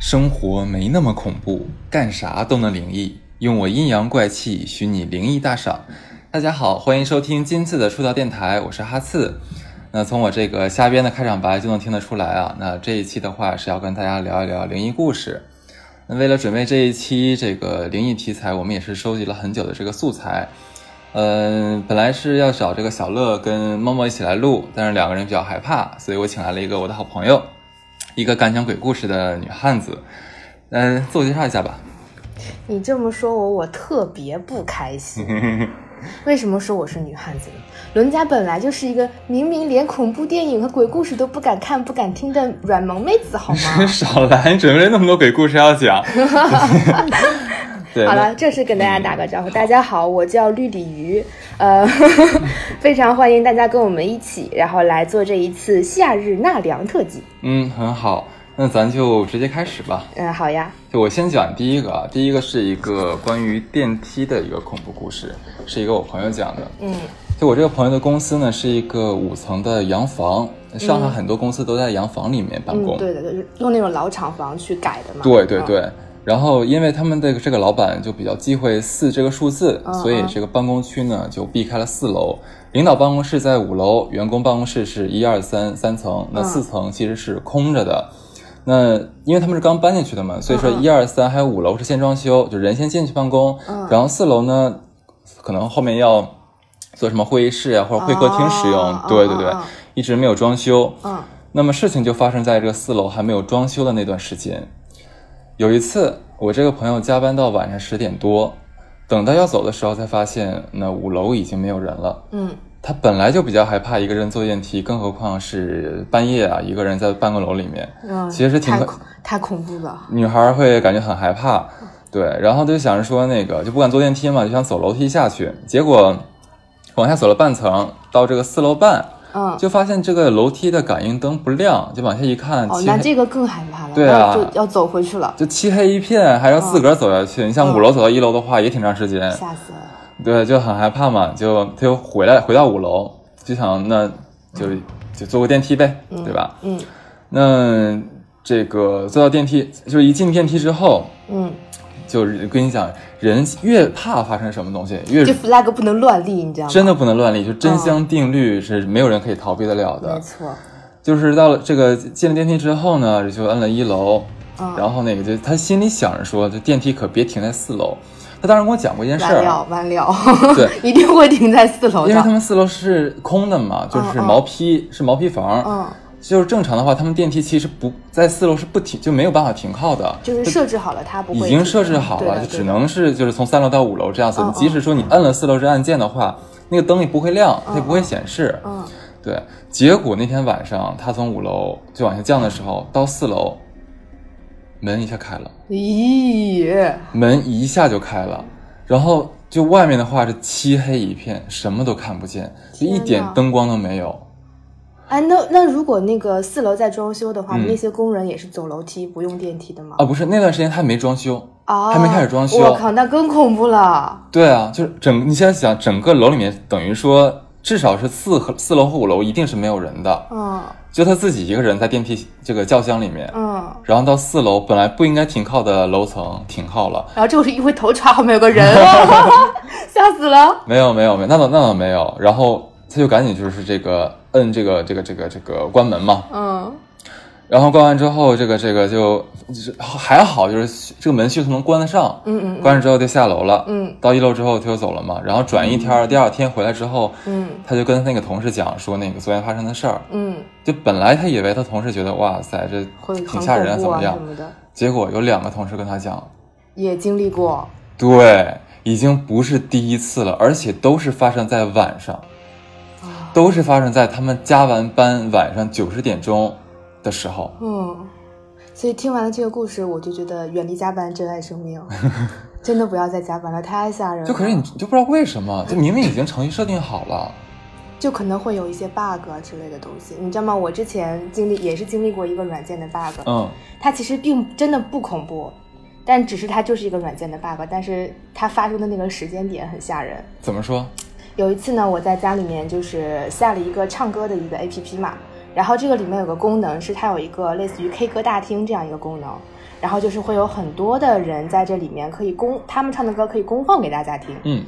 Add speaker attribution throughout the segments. Speaker 1: 生活没那么恐怖，干啥都能灵异。用我阴阳怪气，许你灵异大赏。大家好，欢迎收听今次的出道电台，我是哈刺。那从我这个瞎编的开场白就能听得出来啊，那这一期的话是要跟大家聊一聊灵异故事。那为了准备这一期这个灵异题材，我们也是收集了很久的这个素材。嗯，本来是要找这个小乐跟默默一起来录，但是两个人比较害怕，所以我请来了一个我的好朋友，一个敢讲鬼故事的女汉子。嗯，自我介绍一下吧。
Speaker 2: 你这么说我，我特别不开心。 为什么说我是女汉子呢？伦家本来就是一个明明连恐怖电影和鬼故事都不敢看、不敢听的软萌妹子，好吗？
Speaker 1: 少来，你准备了那么多鬼故事要 讲。对，
Speaker 2: 好
Speaker 1: 那
Speaker 2: 了，正式跟大家打个招
Speaker 1: 嗯
Speaker 2: 呼。大家好，我叫绿鲤鱼，呃， 非常欢迎大家跟我们一起，然后来做这一次夏日纳凉特辑。
Speaker 1: 嗯，很好，那咱就直接开始吧。
Speaker 2: 嗯，好呀，
Speaker 1: 就我先讲第一个，啊，第一个是一个关于电梯的一个恐怖故事，是一个我朋友讲的。
Speaker 2: 嗯
Speaker 1: 就我这个朋友的公司呢，是一个五层的洋房，上海很多公司都在洋房里面办公。
Speaker 2: 嗯，对的，就是用那种老厂房去改的嘛。
Speaker 1: 对对
Speaker 2: 嗯
Speaker 1: 对然后，因为他们的这个老板就比较忌讳四这个数字，
Speaker 2: 嗯
Speaker 1: 所以这个办公区呢就避开了四楼。领导办公室在五楼，员工办公室是一二三三层，那
Speaker 2: 嗯
Speaker 1: 四层其实是空着的。那因为他们是刚搬进去的嘛，所以说一二三还有五楼是先装修，就人先进去办公，
Speaker 2: 嗯
Speaker 1: 然后四楼呢可能后面要做什么会议室啊或者会客厅使用。
Speaker 2: 哦
Speaker 1: 对对对、
Speaker 2: 嗯嗯嗯
Speaker 1: 一直没有装修。
Speaker 2: 嗯
Speaker 1: 那么事情就发生在这个四楼还没有装修的那段时间。有一次，我这个朋友加班到晚上十点多，等到要走的时候，才发现那五楼已经没有人了。
Speaker 2: 嗯
Speaker 1: 他本来就比较害怕一个人坐电梯，更何况是半夜啊，一个人在办公楼里面，
Speaker 2: 嗯，
Speaker 1: 其实挺
Speaker 2: 太
Speaker 1: 可
Speaker 2: 恐太恐怖了。
Speaker 1: 女孩会感觉很害怕。对，然后就想着说那个就不敢坐电梯嘛，就想走楼梯下去。结果往下走了半层，到这个四楼半，
Speaker 2: 嗯，
Speaker 1: 就发现这个楼梯的感应灯不亮，就往下一看，
Speaker 2: 哦，
Speaker 1: 漆
Speaker 2: 那
Speaker 1: 黑
Speaker 2: 这个更害怕了，
Speaker 1: 对啊
Speaker 2: 那就要走回去了，
Speaker 1: 就漆黑一片，还要自个儿走下去。你像
Speaker 2: 嗯
Speaker 1: 五楼走到一楼的话，也挺长时间，
Speaker 2: 吓死了。
Speaker 1: 对，就很害怕嘛。就他又回来，回到五楼，就想那就就坐个电梯呗，对吧？
Speaker 2: 嗯
Speaker 1: 那这个坐到电梯，就是一进电梯之后，
Speaker 2: 嗯，
Speaker 1: 就是跟你讲，人越怕发生什么东西，越
Speaker 2: 这 flag 不能乱立，你知道吗？
Speaker 1: 真的不能乱立，就真
Speaker 2: 嗯
Speaker 1: 相定律是没有人可以逃避得了的。
Speaker 2: 没错，
Speaker 1: 就是到了这个进了电梯之后呢，就摁了一楼，
Speaker 2: 嗯
Speaker 1: 然后那个就他心里想着说，这电梯可别停在四楼。他当时跟我讲过一件事
Speaker 2: 完
Speaker 1: 儿
Speaker 2: 了
Speaker 1: 啊，
Speaker 2: 完了，
Speaker 1: 对
Speaker 2: 一定会停在四楼
Speaker 1: 因为他
Speaker 2: 的。
Speaker 1: 们四楼是空的嘛，就是
Speaker 2: 嗯嗯
Speaker 1: 毛坯、是毛坯房，
Speaker 2: 嗯，
Speaker 1: 就是正常的话，他们电梯其实不在四楼是不停，就没有办法停靠的，
Speaker 2: 就是设置好了，它不会
Speaker 1: 已
Speaker 2: 停
Speaker 1: 经设置好
Speaker 2: 对的
Speaker 1: 了，就
Speaker 2: 对的
Speaker 1: 只能是就是从三楼到五楼这样子。
Speaker 2: 嗯
Speaker 1: 你
Speaker 2: 嗯
Speaker 1: 即使说你摁了四楼这按键的话，那个灯也不会亮，它也不会显示。
Speaker 2: 嗯
Speaker 1: 对，结果那天晚上他从五楼就往下降的时候，到四楼，门一下开了，
Speaker 2: 咦，
Speaker 1: 门一下就开了，然后就外面的话是漆黑一片，什么都看不见，就
Speaker 2: 天
Speaker 1: 一点
Speaker 2: 哪
Speaker 1: 灯光都没有。
Speaker 2: 哎，那那如果那个四楼在装修的话，
Speaker 1: 嗯
Speaker 2: 那些工人也是走楼梯不用电梯的吗
Speaker 1: 啊，？不是那段时间他还没装修，
Speaker 2: 啊
Speaker 1: 还没开始装修
Speaker 2: 我靠，那更恐怖了。
Speaker 1: 对啊，就是整你现在想，整个楼里面等于说至少是四和四楼和五楼一定是没有人的，
Speaker 2: 嗯
Speaker 1: 就他自己一个人在电梯这个轿厢里面，
Speaker 2: 嗯，
Speaker 1: 然后到四楼本来不应该停靠的楼层停靠了。
Speaker 2: 然后这个是一回头歘，后面有 个人， 吓死了。
Speaker 1: 没有没有没有，那倒那倒没有。然后他就赶紧就是这个摁这个这个这个这个关门嘛。
Speaker 2: 嗯
Speaker 1: 然后关完之后，这个这个就就是还好，就是这个门迅速能关得上。
Speaker 2: 嗯嗯
Speaker 1: 关上之后就下楼了。
Speaker 2: 嗯
Speaker 1: 到一楼之后他就走了嘛。然后转一天儿，第二天回来之后，
Speaker 2: 嗯
Speaker 1: 他就跟那个同事讲说那个昨天发生的事儿。
Speaker 2: 嗯，
Speaker 1: 就本来他以为他同事觉得哇塞这
Speaker 2: 会很
Speaker 1: 挺吓人啊
Speaker 2: 恐
Speaker 1: 怎
Speaker 2: 怖啊
Speaker 1: 么样
Speaker 2: 什，么的，
Speaker 1: 结果有两个同事跟他讲，
Speaker 2: 也经历过。
Speaker 1: 对，已经不是第一次了，而且都是发生在晚上。
Speaker 2: 啊
Speaker 1: 都是发生在他们加完班晚上九十点钟的时候。
Speaker 2: 嗯，所以听完了这个故事，我就觉得远离加班，珍爱生 命，真的不要再加班了，太吓人了。
Speaker 1: 就可是你就不知道为什么，就明明已经程序设定好了，
Speaker 2: 就可能会有一些 bug 啊之类的东西，你知道吗？我之前经历也是经历过一个软件的 bug，、
Speaker 1: 嗯，
Speaker 2: 它其实并真的不恐怖，但只是它就是一个软件的 bug，但是它发生的那个时间点很吓人。
Speaker 1: 怎么说？
Speaker 2: 有一次呢，我在家里面就是下了一个唱歌的一个 APP 嘛，然后这个里面有个功能是它有一个类似于 K 歌大厅这样一个功能，然后就是会有很多的人在这里面可以公他们唱的歌可以公放给大家听。
Speaker 1: 嗯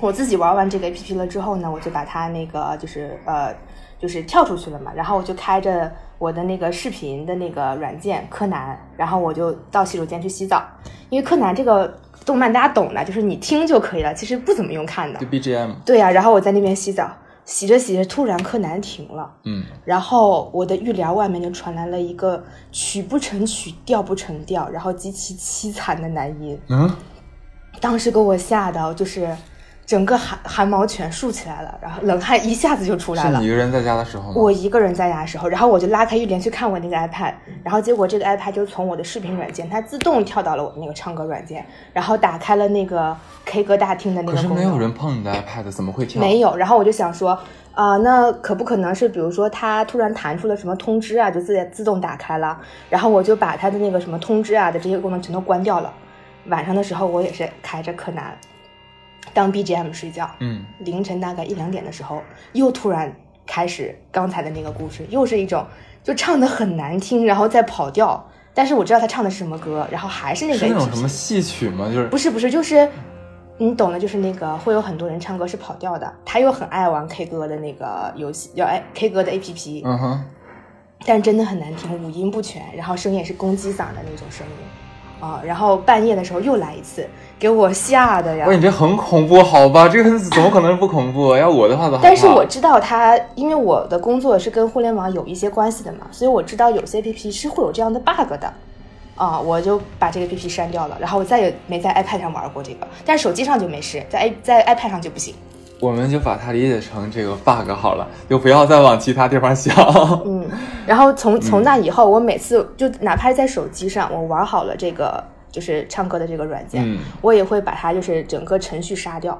Speaker 2: 我自己玩完这个 APP 了之后呢，我就把它那个就是呃就是跳出去了嘛，然后我就开着我的那个视频的那个软件柯南，然后我就到洗手间去洗澡，因为柯南这个动漫大家懂的，就是你听就可以了，其实不怎么用看的
Speaker 1: 就。BGM，
Speaker 2: 对呀、然后我在那边洗澡，洗着洗着突然柯南停了。
Speaker 1: 嗯
Speaker 2: 然后我的预料外面就传来了一个曲不成曲、调不成调，然后极其凄惨的男音。
Speaker 1: 嗯，
Speaker 2: 当时给我吓到，就是整个汗汗毛全竖起来了，然后冷汗一下子就出来
Speaker 1: 是
Speaker 2: 了
Speaker 1: 你一。个人在家的时候吗？
Speaker 2: 我一个人在家的时候，然后我就拉开浴帘去看我那个 iPad，然后结果这个 iPad 就从我的视频软件，它自动跳到了我那个唱歌软件，然后打开了那个 K 歌大厅的那
Speaker 1: 可
Speaker 2: 个
Speaker 1: 是
Speaker 2: 功能。
Speaker 1: 没有人碰你的 iPad，怎么会跳？
Speaker 2: 没有。然后我就想说，啊、那可不可能是，比如说它突然弹出了什么通知啊，就自自动打开了，然后我就把它的那个什么通知啊的这些功能全都关掉了。晚上的时候，我也是开着柯南当 BGM 睡觉。
Speaker 1: 嗯，
Speaker 2: 凌晨大概一两点的时候，又突然开始刚才的那个故事，又是一种就唱的很难听，然后再跑调。但是我知道他唱的是什么歌，然后还是那个
Speaker 1: 是那种
Speaker 2: APP
Speaker 1: 什么戏曲吗？就是
Speaker 2: 不是不是，就是你懂的，就是那个会有很多人唱歌是跑调的，他又很爱玩 K 歌的那个游戏，要哎 K 歌的 APP，、
Speaker 1: 嗯哼，
Speaker 2: 但真的很难听，五音不全，然后声音也是公鸡嗓的那种声音。啊、然后半夜的时候又来一次，给我吓的呀！
Speaker 1: 喂，你这很恐怖，好吧？这个怎么可能不恐怖？要我的话都害怕。
Speaker 2: 但是我知道它，因为我的工作是跟互联网有一些关系的嘛，所以我知道有些 APP 是会有这样的 bug 的。啊、我就把这个 APP 删掉了，然后我再也没在 iPad 上玩过这个，但手机上就没事，在 i 在 iPad 上就不行。
Speaker 1: 我们就把它理解成这个 bug 好了，就不要再往其他地方想。
Speaker 2: 嗯，然后从从那以后，我每次就哪怕是在手机上，我玩好了这个就是唱歌的这个软件，
Speaker 1: 嗯
Speaker 2: 我也会把它就是整个程序杀掉，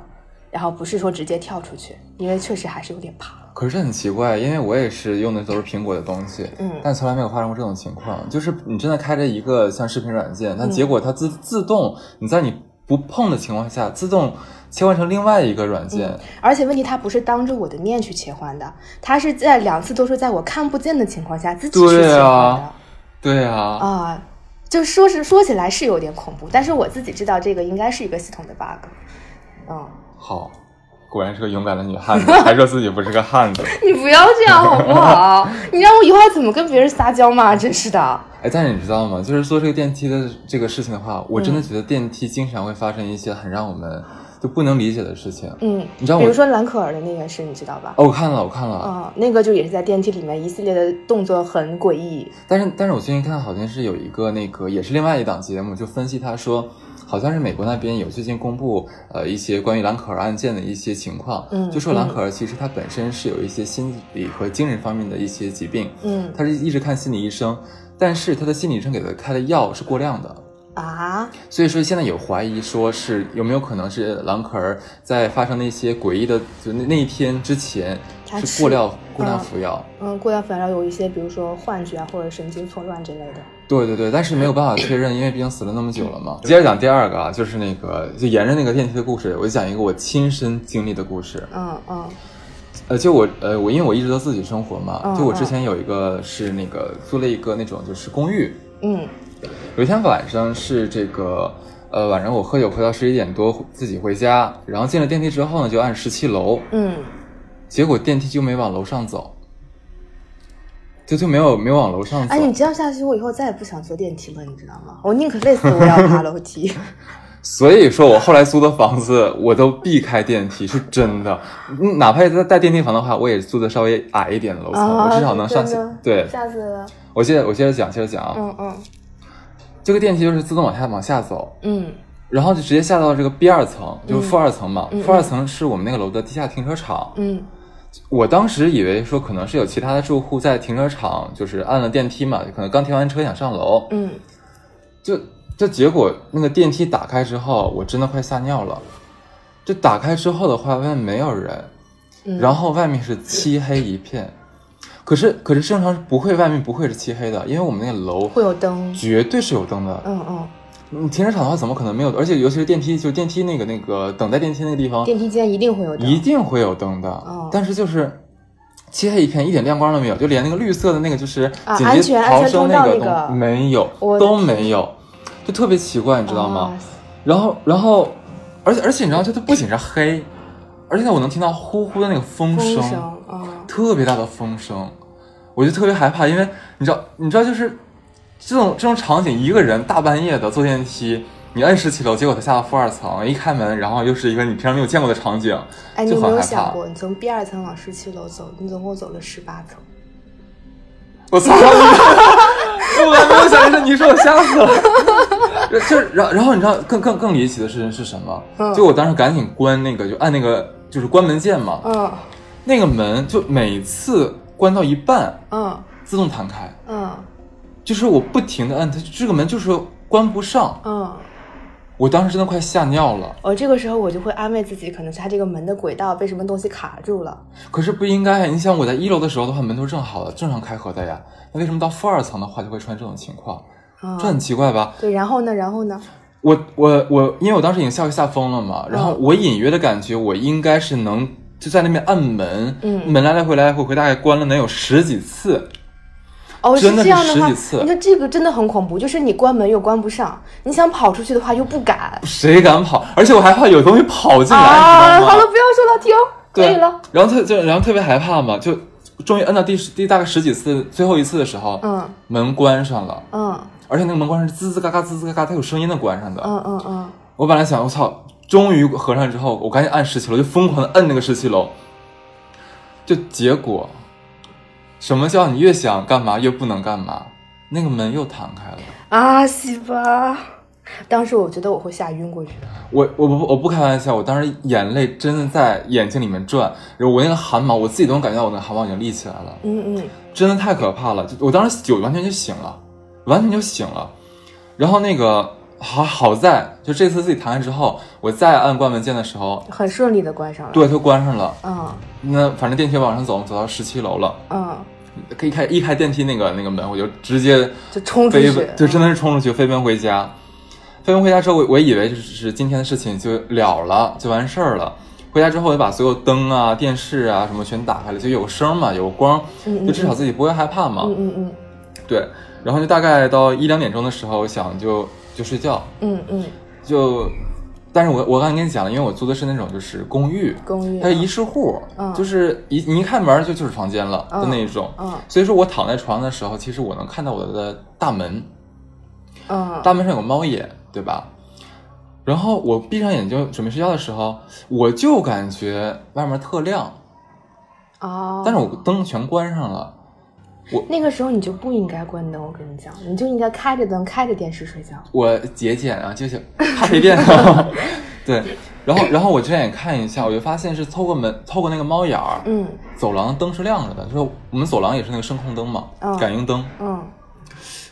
Speaker 2: 然后不是说直接跳出去，因为确实还是有点怕。
Speaker 1: 可是很奇怪，因为我也是用的都是苹果的东西，
Speaker 2: 嗯
Speaker 1: 但从来没有发生过这种情况。就是你真的开着一个像视频软件，
Speaker 2: 嗯
Speaker 1: 但结果它自、自动，你在你不碰的情况下，自动切换成另外一个软件。
Speaker 2: 而且问题，它不是当着我的面去切换的，它是在两次都是在我看不见的情况下自己去切
Speaker 1: 对
Speaker 2: 换的。
Speaker 1: 啊对啊，
Speaker 2: 啊，就说是说起来是有点恐怖，但是我自己知道这个应该是一个系统的 bug。嗯，
Speaker 1: 好，果然是个勇敢的女汉子，还说自己不是个汉 子。
Speaker 2: 你不要这样好不 好？你让我以后还怎么跟别人撒娇嘛？真是的。
Speaker 1: 哎，但是你知道吗？就是坐这个电梯的这个事情的话，我
Speaker 2: 嗯
Speaker 1: 真的觉得电梯经常会发生一些很让我们就不能理解的事情。
Speaker 2: 嗯，
Speaker 1: 你知道我
Speaker 2: 比如说蓝可儿的那个事，你知道吧？
Speaker 1: 哦，我看了，我看了，
Speaker 2: 嗯，那个就也是在电梯里面一系列的动作很诡异。
Speaker 1: 但是，但是我最近看好像是有一个那个，也是另外一档节目，就分析他说，好像是美国那边有最近公布呃一些关于兰可儿案件的一些情况，
Speaker 2: 嗯
Speaker 1: 就说兰可儿其实她本身是有一些心理和精神方面的一些疾病，
Speaker 2: 嗯
Speaker 1: 她是一直看心理医生，但是她的心理医生给她开的药是过量的，
Speaker 2: 啊，
Speaker 1: 所以说现在有怀疑，说是有没有可能是兰可儿在发生那些诡异的就那那一天之前
Speaker 2: 她
Speaker 1: 是
Speaker 2: 吃
Speaker 1: 过量过量
Speaker 2: 嗯
Speaker 1: 服药。
Speaker 2: 嗯，过量反而有一些，比如说幻觉啊或者神经错乱之类的。
Speaker 1: 对对对，但是没有办 法确认，因为毕竟死了那么久了嘛。接着讲第二个啊，就是那个就沿着那个电梯的故事，我就讲一个我亲身经历的故事。
Speaker 2: 嗯嗯
Speaker 1: 呃，就我呃我因为我一直都自己生活嘛
Speaker 2: 嗯，
Speaker 1: 就我之前有一个是那个租了一个那种就是公寓，
Speaker 2: 嗯
Speaker 1: 有一天晚上是这个，呃，晚上我喝酒喝到十一点多，自己回家，然后进了电梯之后呢，就按十七楼，
Speaker 2: 嗯，
Speaker 1: 结果电梯就没往楼上走，就就没有没有往楼上走
Speaker 2: 哎，，你这样下去，我以后再也不想坐电梯了，你知道吗？我宁可累死，我也要爬楼梯。
Speaker 1: 所以说我后来租的房子我都避开电梯，是真的，嗯哪怕在带电梯房的话，我也租的稍微矮一点的楼层，
Speaker 2: 啊，
Speaker 1: 我至少能上去
Speaker 2: 真的。
Speaker 1: 对，
Speaker 2: 吓死了。
Speaker 1: 我接着我接着讲，接着讲啊，
Speaker 2: 嗯嗯
Speaker 1: 这个电梯就是自动往下往下走，
Speaker 2: 嗯
Speaker 1: 然后就直接下到这个 B 二层，就是负二层嘛。
Speaker 2: 嗯嗯
Speaker 1: 负二层是我们那个楼的地下停车场。
Speaker 2: 嗯
Speaker 1: 我当时以为说可能是有其他的住户在停车场，就是按了电梯嘛，可能刚停完车想上楼，
Speaker 2: 嗯，
Speaker 1: 就就结果那个电梯打开之后，我真的快吓尿了。就打开之后的话，外面没有人，
Speaker 2: 嗯
Speaker 1: 然后外面是漆黑一片。可是可是正常是不会，外面不会是漆黑的，因为我们那个楼
Speaker 2: 会有灯。
Speaker 1: 绝对是有灯的。
Speaker 2: 嗯嗯，
Speaker 1: 你停车场的话，怎么可能没有？而且尤其是电梯，就电梯那个那个等待电梯那个地方，
Speaker 2: 电梯间一定会有灯。
Speaker 1: 一定会有灯的。
Speaker 2: 嗯
Speaker 1: 但是就是漆黑一片，一点亮光都没有，就连那个绿色的那个就是
Speaker 2: 啊
Speaker 1: 紧
Speaker 2: 安
Speaker 1: 急
Speaker 2: 全安
Speaker 1: 逃
Speaker 2: 全
Speaker 1: 生
Speaker 2: 通道
Speaker 1: 个
Speaker 2: 那
Speaker 1: 东、
Speaker 2: 个
Speaker 1: 没有
Speaker 2: 我，的
Speaker 1: 都
Speaker 2: 天
Speaker 1: 没有，就特别奇怪，你知道吗？
Speaker 2: 啊
Speaker 1: 然后，然后，而且而且你知道，它它不仅是黑，而且我能听到呼呼的那个风
Speaker 2: 风
Speaker 1: 声，
Speaker 2: 声啊，
Speaker 1: 特别大的风声，我就特别害怕，因为你知道，你知道就是这种这种场景，一个人大半夜的坐电梯，你按十起楼，结果他下到负二层，一开门，然后又是一个你平常没有见过的场景，
Speaker 2: 哎，你
Speaker 1: 就
Speaker 2: 有没
Speaker 1: 很
Speaker 2: 有
Speaker 1: 害怕
Speaker 2: 想。过，你从 B 二层往十七楼走，你总共走了十八层。
Speaker 1: 我操！我还没有想着你说我吓死了。 就是，然后然后你知道更更更离奇的事情是什么？
Speaker 2: 嗯
Speaker 1: 就我当时赶紧关那个，就按那个就是关门键嘛，
Speaker 2: 嗯
Speaker 1: 那个门就每次关到一半
Speaker 2: 嗯
Speaker 1: 自动弹开，
Speaker 2: 嗯
Speaker 1: 就是我不停的按它，这个门就是关不上。
Speaker 2: 嗯。
Speaker 1: 我当时真的快吓尿了，
Speaker 2: 我这个时候我就会安慰自己，可能是它这个门的轨道被什么东西卡住了。
Speaker 1: 可是不应该。你想我在一楼的时候的话，门都正好的，正常开合的呀，那为什么到负二层的话就会出现这种情况？
Speaker 2: 啊、
Speaker 1: 这很奇怪吧？
Speaker 2: 对，然后呢？然后呢？
Speaker 1: 我我我，因为我当时已经吓吓疯了嘛，然后
Speaker 2: 嗯
Speaker 1: 我隐约的感觉我应该是能就在那边按门，
Speaker 2: 嗯
Speaker 1: 门来来回来回回大概关了能有十几次，
Speaker 2: 哦，
Speaker 1: 真的
Speaker 2: 这样
Speaker 1: 是
Speaker 2: 的
Speaker 1: 十
Speaker 2: 话，
Speaker 1: 几次
Speaker 2: 那这个真的很恐怖，就是你关门又关不上，你想跑出去的话又不敢。
Speaker 1: 谁敢跑？而且我还怕有东西跑进来，你
Speaker 2: 啊，
Speaker 1: 知道吗？
Speaker 2: 好了，不要说到题哦，可
Speaker 1: 对
Speaker 2: 以了。。
Speaker 1: 然后特就然后特别害怕嘛，就终于摁到第十第大概十几次最后一次的时候，
Speaker 2: 嗯
Speaker 1: 门关上了，
Speaker 2: 嗯
Speaker 1: 而且那个门关上是吱吱嘎嘎吱吱嘎嘎，它有声音的关上的。
Speaker 2: 嗯嗯嗯，
Speaker 1: 我本来想我操，终于合上之后，我赶紧按十七楼，就疯狂的摁那个十七楼，就结果什么叫你越想干嘛越不能干嘛？那个门又弹开了。
Speaker 2: 啊，西吧。当时我觉得我会吓晕过去的。
Speaker 1: 我我不我不开玩笑，我当时眼泪真的在眼睛里面转，然后我那个汗毛，我自己都能感觉到我那个汗毛已经立起来了。
Speaker 2: 嗯嗯
Speaker 1: 真的太可怕了！就我当时就完全就醒了，完全就醒了。然后那个好好在就这次自己弹完之后，我再按关门键的时候，，
Speaker 2: 很顺利的关上了。，
Speaker 1: 对，它关上了。
Speaker 2: 嗯
Speaker 1: 那反正电梯往上走，走到十七楼了，
Speaker 2: 嗯，
Speaker 1: 可以开一开电梯那个那个门，我就直接
Speaker 2: 就冲出
Speaker 1: 飞
Speaker 2: 去嗯
Speaker 1: 奔，。就真的是冲出去飞奔回家。飞奔回家之后，我我以为就是是今天的事情就了了，就完事儿了。回家之后，我就把所有灯啊、电视啊什么全打开了，就有声嘛，有光，
Speaker 2: 嗯嗯
Speaker 1: 就至少自己不会害怕嘛。
Speaker 2: 嗯嗯
Speaker 1: 对，然后就大概到一两点钟的时候，我想就就睡觉，
Speaker 2: 嗯嗯嗯，
Speaker 1: 就，但是我我刚才跟你讲了，因为我租的是那种就是公寓，
Speaker 2: 公寓。啊
Speaker 1: 它是一室户，
Speaker 2: 嗯
Speaker 1: 就是一你一开门就就是房间了的
Speaker 2: 嗯
Speaker 1: 那一种，
Speaker 2: 嗯
Speaker 1: 所以说我躺在床的时候，其实我能看到我的大门，
Speaker 2: 嗯
Speaker 1: 大门上有猫眼，对吧？然后我闭上眼睛准备睡觉的时候，我就感觉外面特亮，
Speaker 2: 哦，
Speaker 1: 但是我灯全关上了。
Speaker 2: 那个时候你就不应该关灯，我跟你讲，你就应该开着灯、开着电视睡觉。
Speaker 1: 我节俭啊，就是怕被 电到。对，然后然后我睁眼看一下，我就发现是透过门，透过那个猫眼儿，
Speaker 2: 嗯
Speaker 1: 走廊灯是亮着的，就是我们走廊也是那个声控灯嘛，
Speaker 2: 嗯
Speaker 1: 感应灯。
Speaker 2: 嗯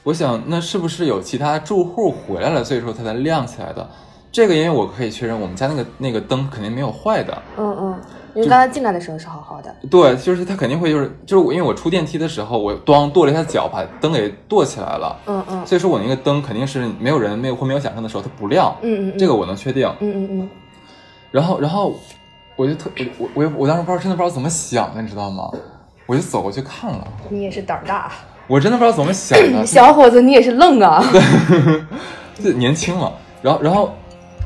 Speaker 1: 我想那是不是有其他住户回来了，所以说它才亮起来的？这个因为我可以确认，我们家那个那个灯肯定没有坏的。
Speaker 2: 嗯嗯，因为刚才进来的时候是好好的。
Speaker 1: 对，就是它肯定会就是就是我因为我出电梯的时候，我咣跺了一下脚，把灯给跺起来了。
Speaker 2: 嗯嗯
Speaker 1: 所以说我那个灯肯定是没有人没有或没有响声的时候它不亮，
Speaker 2: 嗯嗯，
Speaker 1: 这个我能确定。
Speaker 2: 嗯嗯嗯
Speaker 1: 然后，然后我就特我我我我当时不知道，真的不知道怎么想的，你知道吗？我就走过去看了，
Speaker 2: 嗯，你也是胆儿 大，
Speaker 1: 我真的不知道怎么想 的，
Speaker 2: 小伙子，你也是愣啊。
Speaker 1: 就年轻嘛。然后，然后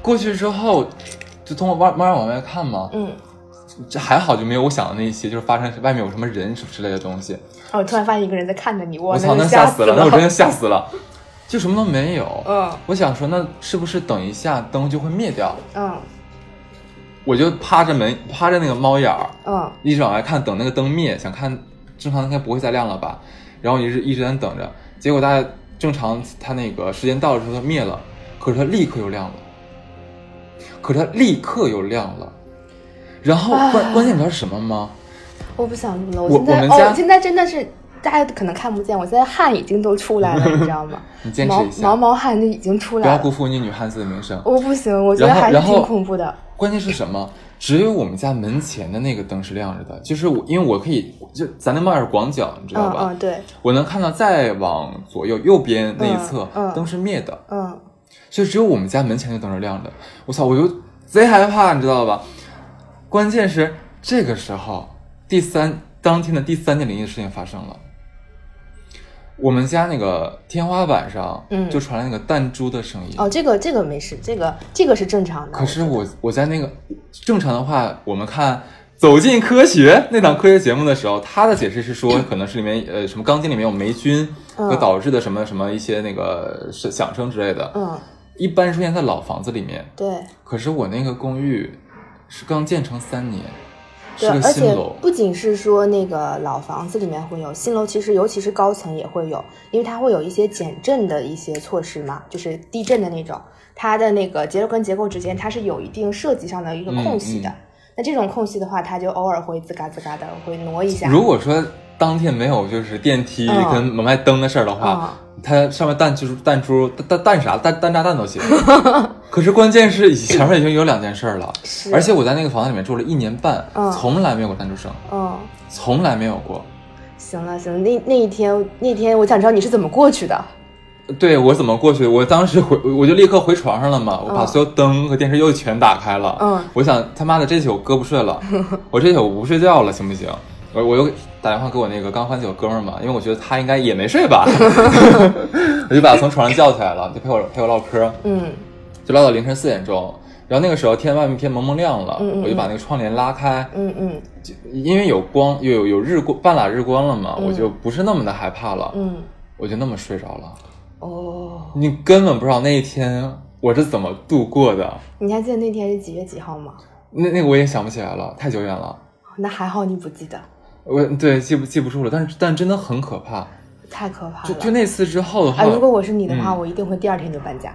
Speaker 1: 过去之后，就通过慢慢往外看嘛，
Speaker 2: 嗯，
Speaker 1: 这还好就没有我想的那些，就是发生外面有什么人什么之类的东西。
Speaker 2: 哦，突然发现一个人在看着你，我
Speaker 1: 我操，
Speaker 2: 就
Speaker 1: 那
Speaker 2: 吓
Speaker 1: 死
Speaker 2: 了，
Speaker 1: 那我真的吓死了，就什么都没有。
Speaker 2: 嗯
Speaker 1: 我想说，那是不是等一下灯就会灭掉？
Speaker 2: 嗯
Speaker 1: 我就趴着门，趴着那个猫眼儿，
Speaker 2: 嗯
Speaker 1: 一直往外看，等那个灯灭，想看正常应该不会再亮了吧？然后一直一直在那等着，结果大家正常它那个时间到了之后它灭了，可是它立刻又亮了，可是它立刻又亮了。然后
Speaker 2: 啊
Speaker 1: 关关键你知道是什么吗？
Speaker 2: 我不想录了，
Speaker 1: 我
Speaker 2: 现在
Speaker 1: 我们
Speaker 2: 哦
Speaker 1: 家，
Speaker 2: 现在真的是。大家可能看不见，我现在汗已经都出 来了，你知道吗？
Speaker 1: 你坚
Speaker 2: 毛
Speaker 1: 持一下
Speaker 2: 毛毛汗就已经出
Speaker 1: 不
Speaker 2: 来
Speaker 1: 要
Speaker 2: 了。
Speaker 1: 辜负你女汉子的名声。
Speaker 2: 我不行，我觉得
Speaker 1: 然后
Speaker 2: 还是
Speaker 1: 然后
Speaker 2: 挺恐怖的。
Speaker 1: 关键是什么？只有我们家门前的那个灯是亮着的，就是我，因为我可以，就咱那外是广角，你知道
Speaker 2: 嗯
Speaker 1: 吧？
Speaker 2: 嗯，对，
Speaker 1: 我能看到再往左右右边那一侧、
Speaker 2: 嗯嗯
Speaker 1: 灯是灭的，
Speaker 2: 嗯
Speaker 1: 所以只有我们家门前的灯是亮的。我操，我就贼害怕，你知道吧？关键是这个时候，第三当天的第三件灵异事情发生了。我们家那个天花板上，
Speaker 2: 嗯
Speaker 1: 就传来那个弹珠的声音。
Speaker 2: 哦，这个这个没事，这个这个是正常的。
Speaker 1: 可是我我在那个正常的话，我们看《走进科学》那档科学节目的时候，他的解释是说，可能是里面呃什么钢筋里面有霉菌
Speaker 2: 嗯
Speaker 1: 和导致的什么什么一些那个是响声之类的，
Speaker 2: 嗯，
Speaker 1: 一般出现在老房子里面。
Speaker 2: 对
Speaker 1: 可是我那个公寓是刚建成三年，
Speaker 2: 对
Speaker 1: 是，个
Speaker 2: 而且
Speaker 1: 新楼，
Speaker 2: 不仅是说那个老房子里面会有，新楼其实尤其是高层也会有，因为它会有一些减震的一些措施嘛，就是地震的那种，它的那个结构跟结构之间它是有一定设计上的一个空隙的。
Speaker 1: 嗯
Speaker 2: 那这种空隙的话，它就偶尔会吱嘎吱嘎的会挪一下。
Speaker 1: 如果说当天没有就是电梯
Speaker 2: 嗯
Speaker 1: 跟门外灯的事儿的话，它上面弹就是弹珠弹弹弹啥弹弹炸弹都 行。可是关键是以前面已经有两件事儿了，
Speaker 2: 是
Speaker 1: 而且我在那个房子里面住了一年半，
Speaker 2: 嗯
Speaker 1: 从来没有过弹珠声，
Speaker 2: 嗯，
Speaker 1: 从来没有过。
Speaker 2: 行了行了，那那一天那天我想知道你是怎么过去的。
Speaker 1: 对我怎么过去？我当时回，我就立刻回床上了嘛。我把
Speaker 2: 嗯
Speaker 1: 所有灯和电视又全打开了。
Speaker 2: 嗯
Speaker 1: 我想他妈的这宿我哥不睡 了，我这宿我不睡觉了，行不行？我我又打电话给我那个刚欢喜我哥们儿嘛，因为我觉得他应该也没睡 吧，我就把他从床上叫起来了，就陪我陪我唠嗑，
Speaker 2: 嗯
Speaker 1: 就唠到凌晨四点钟。然后那个时候天外面天蒙蒙亮了，
Speaker 2: 嗯嗯嗯
Speaker 1: 我就把那个窗帘拉开，
Speaker 2: 嗯嗯
Speaker 1: 就因为有光又有有日光半拉日光了嘛，
Speaker 2: 嗯
Speaker 1: 我就不是那么的害怕了，
Speaker 2: 嗯，
Speaker 1: 我就那么睡着了。
Speaker 2: 哦，
Speaker 1: 你根本不知道那一天我是怎么度过的。
Speaker 2: 你还记得那天是几月几号吗？
Speaker 1: 那那个我也想不起来了，太久远了，
Speaker 2: 那还好你不记得，
Speaker 1: 我对记不记不住了。但是但真的很可怕，
Speaker 2: 太可怕
Speaker 1: 就
Speaker 2: 了。
Speaker 1: 就那次之后的话，
Speaker 2: 啊，如果我是你的话，
Speaker 1: 嗯
Speaker 2: 我一定会第二天就搬家，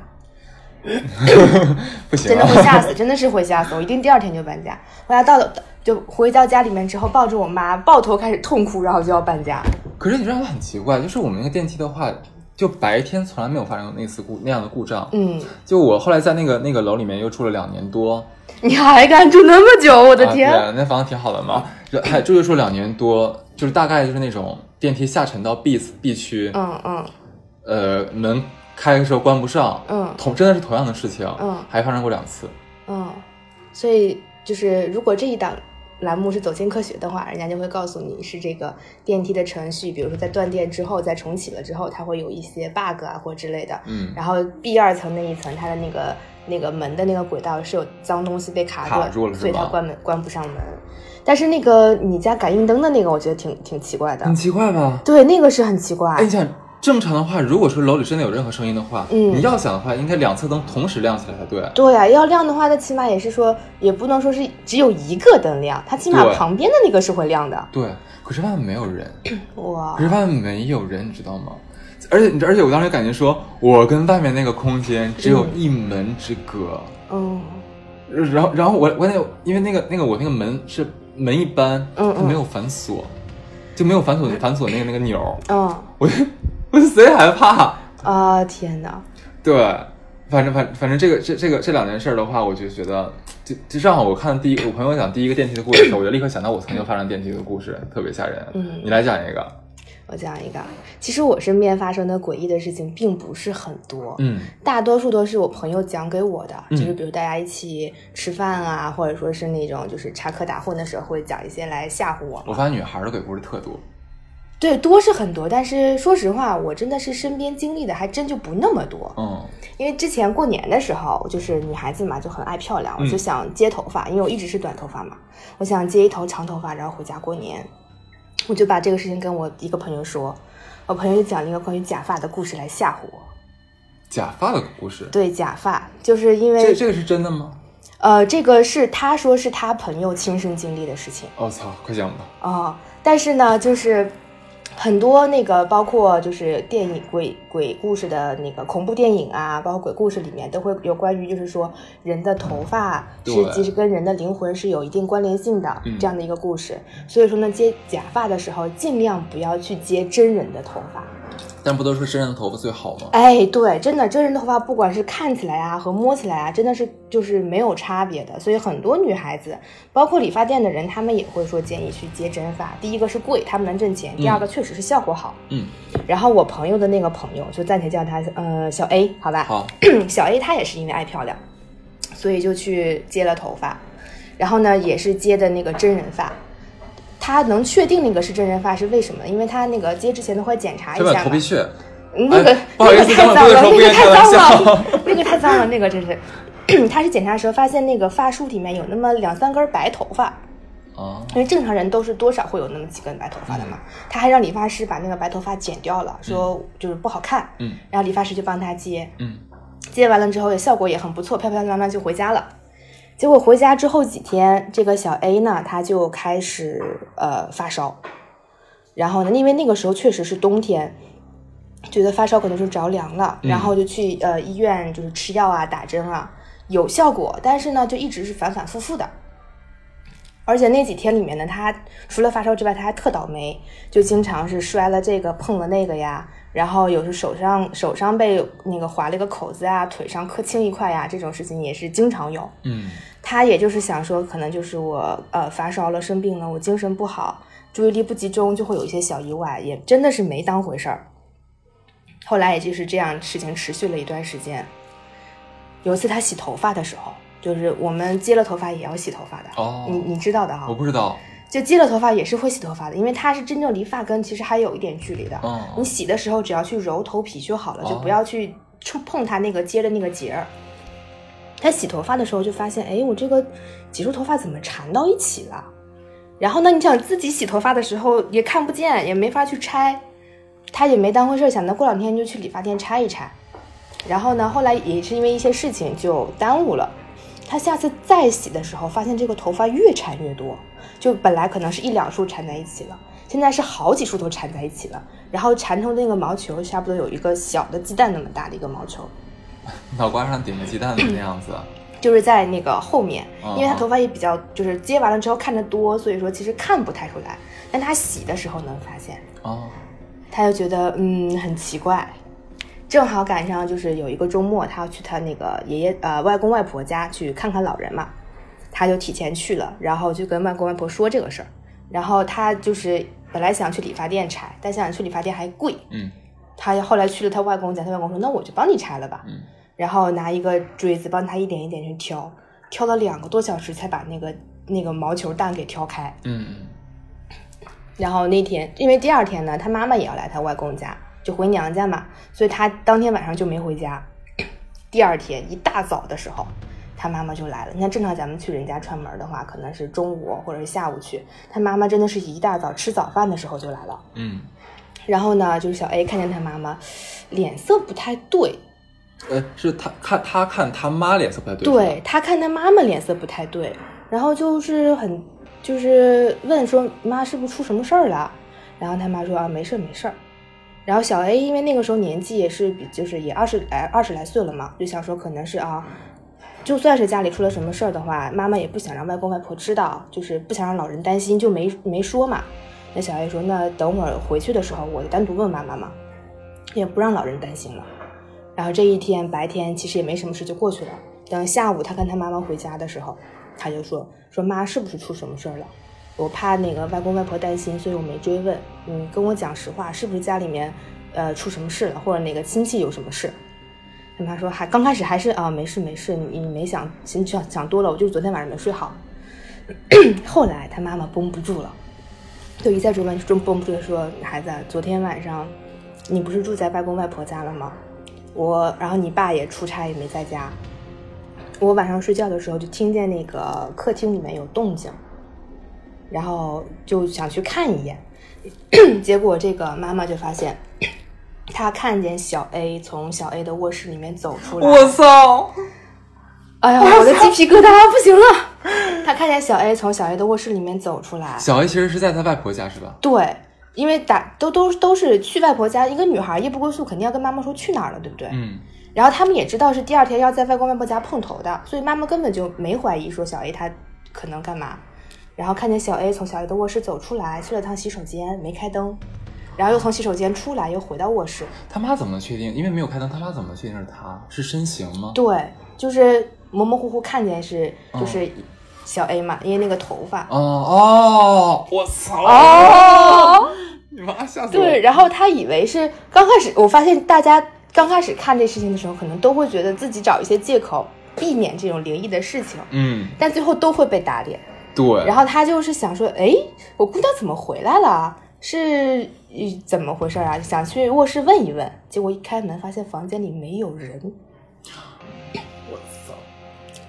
Speaker 1: 不行
Speaker 2: 真的
Speaker 1: 了
Speaker 2: 会，吓死，真的是会吓死，我一定第二天就搬家。后来到了就回到家里面之后，抱着我妈，抱头开始痛哭，然后就要搬家。
Speaker 1: 可是你知道很奇怪，就是我们那个电梯的话，就白天从来没有发生过那次故那样的故障。
Speaker 2: 嗯，
Speaker 1: 就我后来在那个那个楼里面又住了两年多，
Speaker 2: 你还敢住那么久，我
Speaker 1: 我
Speaker 2: 的天！嗯
Speaker 1: 啊、对，那房子挺好的嘛，然还住就住两年多，就是大概就是那种电梯下沉到 B B 区，
Speaker 2: 嗯嗯
Speaker 1: 呃，门开的时候关不上，
Speaker 2: 嗯
Speaker 1: 同真的是同样的事情，
Speaker 2: 嗯
Speaker 1: 还发生过两次。
Speaker 2: 嗯，所以就是如果这一档。栏目是走进科学的话，人家就会告诉你是这个电梯的程序，比如说在断电之后，在重启了之后，它会有一些 bug 啊或之类的。
Speaker 1: 嗯，
Speaker 2: 然后 B 二层那一层，它的那个那个门的那个轨道是有脏东西被卡住
Speaker 1: 卡住了是吧
Speaker 2: 所以它关门关不上门。但是那个你家感应灯的那个，我觉得挺挺奇怪的。
Speaker 1: 很奇怪吧？
Speaker 2: 对，那个是很奇怪。
Speaker 1: 嗯哎，你想正常的话，如果说楼里真的有任何声音的话，
Speaker 2: 嗯
Speaker 1: 你要想的话，应该两侧灯同时亮起来才对。
Speaker 2: 对呀、要亮的话，它起码也是说，也不能说是只有一个灯亮，它起码
Speaker 1: 对
Speaker 2: 旁边的那个是会亮的。
Speaker 1: 对，可是外面没有人，
Speaker 2: 哇
Speaker 1: 可，是外面没有人，你知道吗？而且，你知而且我当时感觉说，我跟外面那个空间只有一门之隔。
Speaker 2: 嗯
Speaker 1: 然后，然后我我那因为那个那个我那个门是门一般，
Speaker 2: 嗯
Speaker 1: 它没有反锁，就没有反锁反锁那个那个钮儿，
Speaker 2: 嗯
Speaker 1: 我 就我就贼害怕。
Speaker 2: 啊，天哪！
Speaker 1: 对，反正反反正这个这这个这两件事儿的话，我就觉得，就就正好我看第一，我朋友讲第一个电梯的故事的时候，我就立刻想到我曾经发生电梯的故事，特别吓人。
Speaker 2: 嗯
Speaker 1: 你来讲一个。
Speaker 2: 我讲一个，其实我身边发生的诡异的事情并不是很多。
Speaker 1: 嗯
Speaker 2: 大多数都是我朋友讲给我的，
Speaker 1: 嗯
Speaker 2: 就是比如大家一起吃饭啊，或者说是那种就是插科打诨的时候，会讲一些来吓唬我。
Speaker 1: 我发现女孩儿的鬼故事特多。
Speaker 2: 对，多是很多，但是说实话，我真的是身边经历的还真就不那么多。
Speaker 1: 嗯
Speaker 2: 因为之前过年的时候，就是女孩子嘛就很爱漂亮，
Speaker 1: 嗯
Speaker 2: 我就想接头发，因为我一直是短头发嘛，我想接一头长头发，然后回家过年。我就把这个事情跟我一个朋友说，我朋友就讲了一个关于假发的故事来吓唬我。
Speaker 1: 假发的故事。
Speaker 2: 对，假发就是因为
Speaker 1: 这这个是真的吗？
Speaker 2: 呃，这个是他说是他朋友亲身经历的事情
Speaker 1: 我、哦操，快讲吧。
Speaker 2: 啊、但是呢，就是很多那个包括就是电影鬼鬼故事的那个恐怖电影啊，包括鬼故事里面都会有关于就是说人的头发是
Speaker 1: 对
Speaker 2: 其实跟人的灵魂是有一定关联性的
Speaker 1: 嗯
Speaker 2: 这样的一个故事。所以说呢，接假发的时候尽量不要去接真人的头发。
Speaker 1: 但不都说身上的头发最好吗？
Speaker 2: 哎，对，真的，真人头发不管是看起来啊和摸起来啊，真的是就是没有差别的。所以很多女孩子，包括理发店的人，他们也会说建议去接真发。第一个是贵，他们能挣钱；第二个确实是效果好。
Speaker 1: 嗯，
Speaker 2: 然后我朋友的那个朋友，就暂且叫他呃小 A，好吧？
Speaker 1: 好。
Speaker 2: 小 A 她也是因为爱漂亮，所以就去接了头发，然后呢也是接的那个真人发。他能确定那个是真人发是为什么？因为他那个接之前都会检查一
Speaker 1: 这边
Speaker 2: 下
Speaker 1: 有头皮
Speaker 2: 嘛。
Speaker 1: 屑，
Speaker 2: 那个、
Speaker 1: 哎不好意思
Speaker 2: 嗯那个太
Speaker 1: 刚才
Speaker 2: 脏
Speaker 1: 不是说不
Speaker 2: 了，那个
Speaker 1: 愿意
Speaker 2: 太
Speaker 1: 开玩
Speaker 2: 脏
Speaker 1: 笑
Speaker 2: 了， 那个太脏了，那个真是。 他是检查的时候发现那个发梳里面有那么两三根白头发，
Speaker 1: 啊，
Speaker 2: 因为正常人都是多少会有那么几根白头发的嘛。
Speaker 1: 嗯
Speaker 2: 他还让理发师把那个白头发剪掉了，说就是不好看。
Speaker 1: 嗯
Speaker 2: 然后理发师就帮他接，
Speaker 1: 嗯，
Speaker 2: 接完了之后也效果也很不错，漂漂亮亮就回家了。结果回家之后几天，这个小 A 呢，他就开始呃发烧，然后呢，因为那个时候确实是冬天，觉得发烧可能是着凉了，
Speaker 1: 嗯
Speaker 2: 然后就去呃医院就是吃药啊、打针啊，有效果，但是呢，就一直是反反复复的。而且那几天里面呢，他除了发烧之外，他还特倒霉，就经常是摔了这个碰了那个呀，然后有时手上手上被那个划了个口子啊，腿上磕青一块呀，这种事情也是经常有。
Speaker 1: 嗯
Speaker 2: 他也就是想说，可能就是我呃发烧了、生病了，我精神不好，注意力不集中，就会有一些小意外，也真的是没当回事儿。后来也就是这样，事情持续了一段时间。有一次他洗头发的时候，就是我们接了头发也要洗头发的，
Speaker 1: 哦
Speaker 2: 你你知道的哈、
Speaker 1: 我不知道，
Speaker 2: 就接了头发也是会洗头发的，因为它是真正离发根其实还有一点距离的。你
Speaker 1: 哦，
Speaker 2: 洗的时候只要去揉头皮就好了，
Speaker 1: 哦
Speaker 2: 就不要去触碰它那个接的那个结儿。他洗头发的时候就发现，哎，我这个几束头发怎么缠到一起了？然后呢，你想自己洗头发的时候也看不见，也没法去拆，他也没当回事儿，想着过两天就去理发店拆一拆。然后呢，后来也是因为一些事情就耽误了。他下次再洗的时候，发现这个头发越缠越多，就本来可能是一两束缠在一起了，现在是好几束都缠在一起了，然后缠成那个毛球，差不多有一个小的鸡蛋那么大的一个毛球，
Speaker 1: 脑瓜上顶着鸡蛋的那样子，啊
Speaker 2: 就是在那个后面，
Speaker 1: 嗯
Speaker 2: 因为他头发也比较就是接完了之后看得多，所以说其实看不太出来，但他洗的时候能发现，
Speaker 1: 哦，
Speaker 2: 他就觉得嗯很奇怪。正好赶上就是有一个周末，他要去他那个爷爷呃外公外婆家去看看老人嘛，他就提前去了，然后就跟外公外婆说这个事儿，然后他就是本来想去理发店拆，但想去理发店还贵，
Speaker 1: 嗯
Speaker 2: 他后来去了他外公家，他外公说那我就帮你拆了吧，
Speaker 1: 嗯，
Speaker 2: 然后拿一个锥子帮他一点一点去挑，挑了两个多小时才把那个那个毛球蛋给挑开。
Speaker 1: 嗯嗯，
Speaker 2: 然后那天，因为第二天呢，他妈妈也要来他外公家，就回娘家嘛，所以他当天晚上就没回家。 第二天一大早的时候，他妈妈就来了。你看，正常咱们去人家串门的话，可能是中午或者是下午去，他妈妈真的是一大早吃早饭的时候就来了。
Speaker 1: 嗯，
Speaker 2: 然后呢，就是小 A 看见他妈妈脸色不太对，
Speaker 1: 呃，是他看他看他妈脸色不太对，
Speaker 2: 对他看他妈妈脸色不太对，然后就是很就是问说妈是不是出什么事儿了？然后他妈说啊没事儿没事儿。然后小 A 因为那个时候年纪也是比就是也二十来二十来岁了嘛，就想说可能是啊，就算是家里出了什么事儿的话，妈妈也不想让外公外婆知道，就是不想让老人担心，就没没说嘛。那小 A 说那等会儿回去的时候我单独问妈妈嘛，也不让老人担心了。然后这一天白天其实也没什么事就过去了。等下午他跟他妈妈回家的时候，他就说说妈是不是出什么事儿了？我怕那个外公外婆担心，所以我没追问。你跟我讲实话，是不是家里面呃出什么事了，或者哪个亲戚有什么事？他妈说还刚开始还是啊没事没事，你你没想想想想多了，我就是昨天晚上没睡好。 后来他妈妈绷不住了，就一再追问，就绷不住地说：“孩子，昨天晚上你不是住在外公外婆家了吗？我，然后你爸也出差也没在家。我晚上睡觉的时候就听见那个客厅里面有动静，然后就想去看一眼， 结果这个妈妈就发现，她看见小 A 从小 A 的卧室里面走出来。
Speaker 1: 我操，
Speaker 2: 哎呀，我的鸡皮疙瘩不行了。他看见小 A 从小 A 的卧室里面走出来，
Speaker 1: 小 A 其实是在他外婆家是吧？
Speaker 2: 对，因为打都都都是去外婆家，一个女孩夜不归宿，肯定要跟妈妈说去哪儿了，对不对？
Speaker 1: 嗯
Speaker 2: 然后他们也知道是第二天要在外公外婆家碰头的，所以妈妈根本就没怀疑说小 A 她可能干嘛。然后看见小 A 从小 A 的卧室走出来，去了趟洗手间，没开灯，然后又从洗手间出来，又回到卧室。
Speaker 1: 他妈怎么能确定？因为没有开灯，他妈怎么能确定是他？是身形吗？
Speaker 2: 对，就是模模糊糊看见是
Speaker 1: 哦
Speaker 2: 就是小 A 嘛，因为那个头发。
Speaker 1: 哦哦，我操！
Speaker 2: 哦，
Speaker 1: 你妈吓死我！
Speaker 2: 对，然后他以为是刚开始，我发现大家刚开始看这事情的时候，可能都会觉得自己找一些借口避免这种灵异的事情，
Speaker 1: 嗯
Speaker 2: 但最后都会被打脸。
Speaker 1: 对，
Speaker 2: 然后他就是想说，哎，我姑娘怎么回来了？是呃怎么回事啊？想去卧室问一问，结果一开门发现房间里没有人。
Speaker 1: 我操，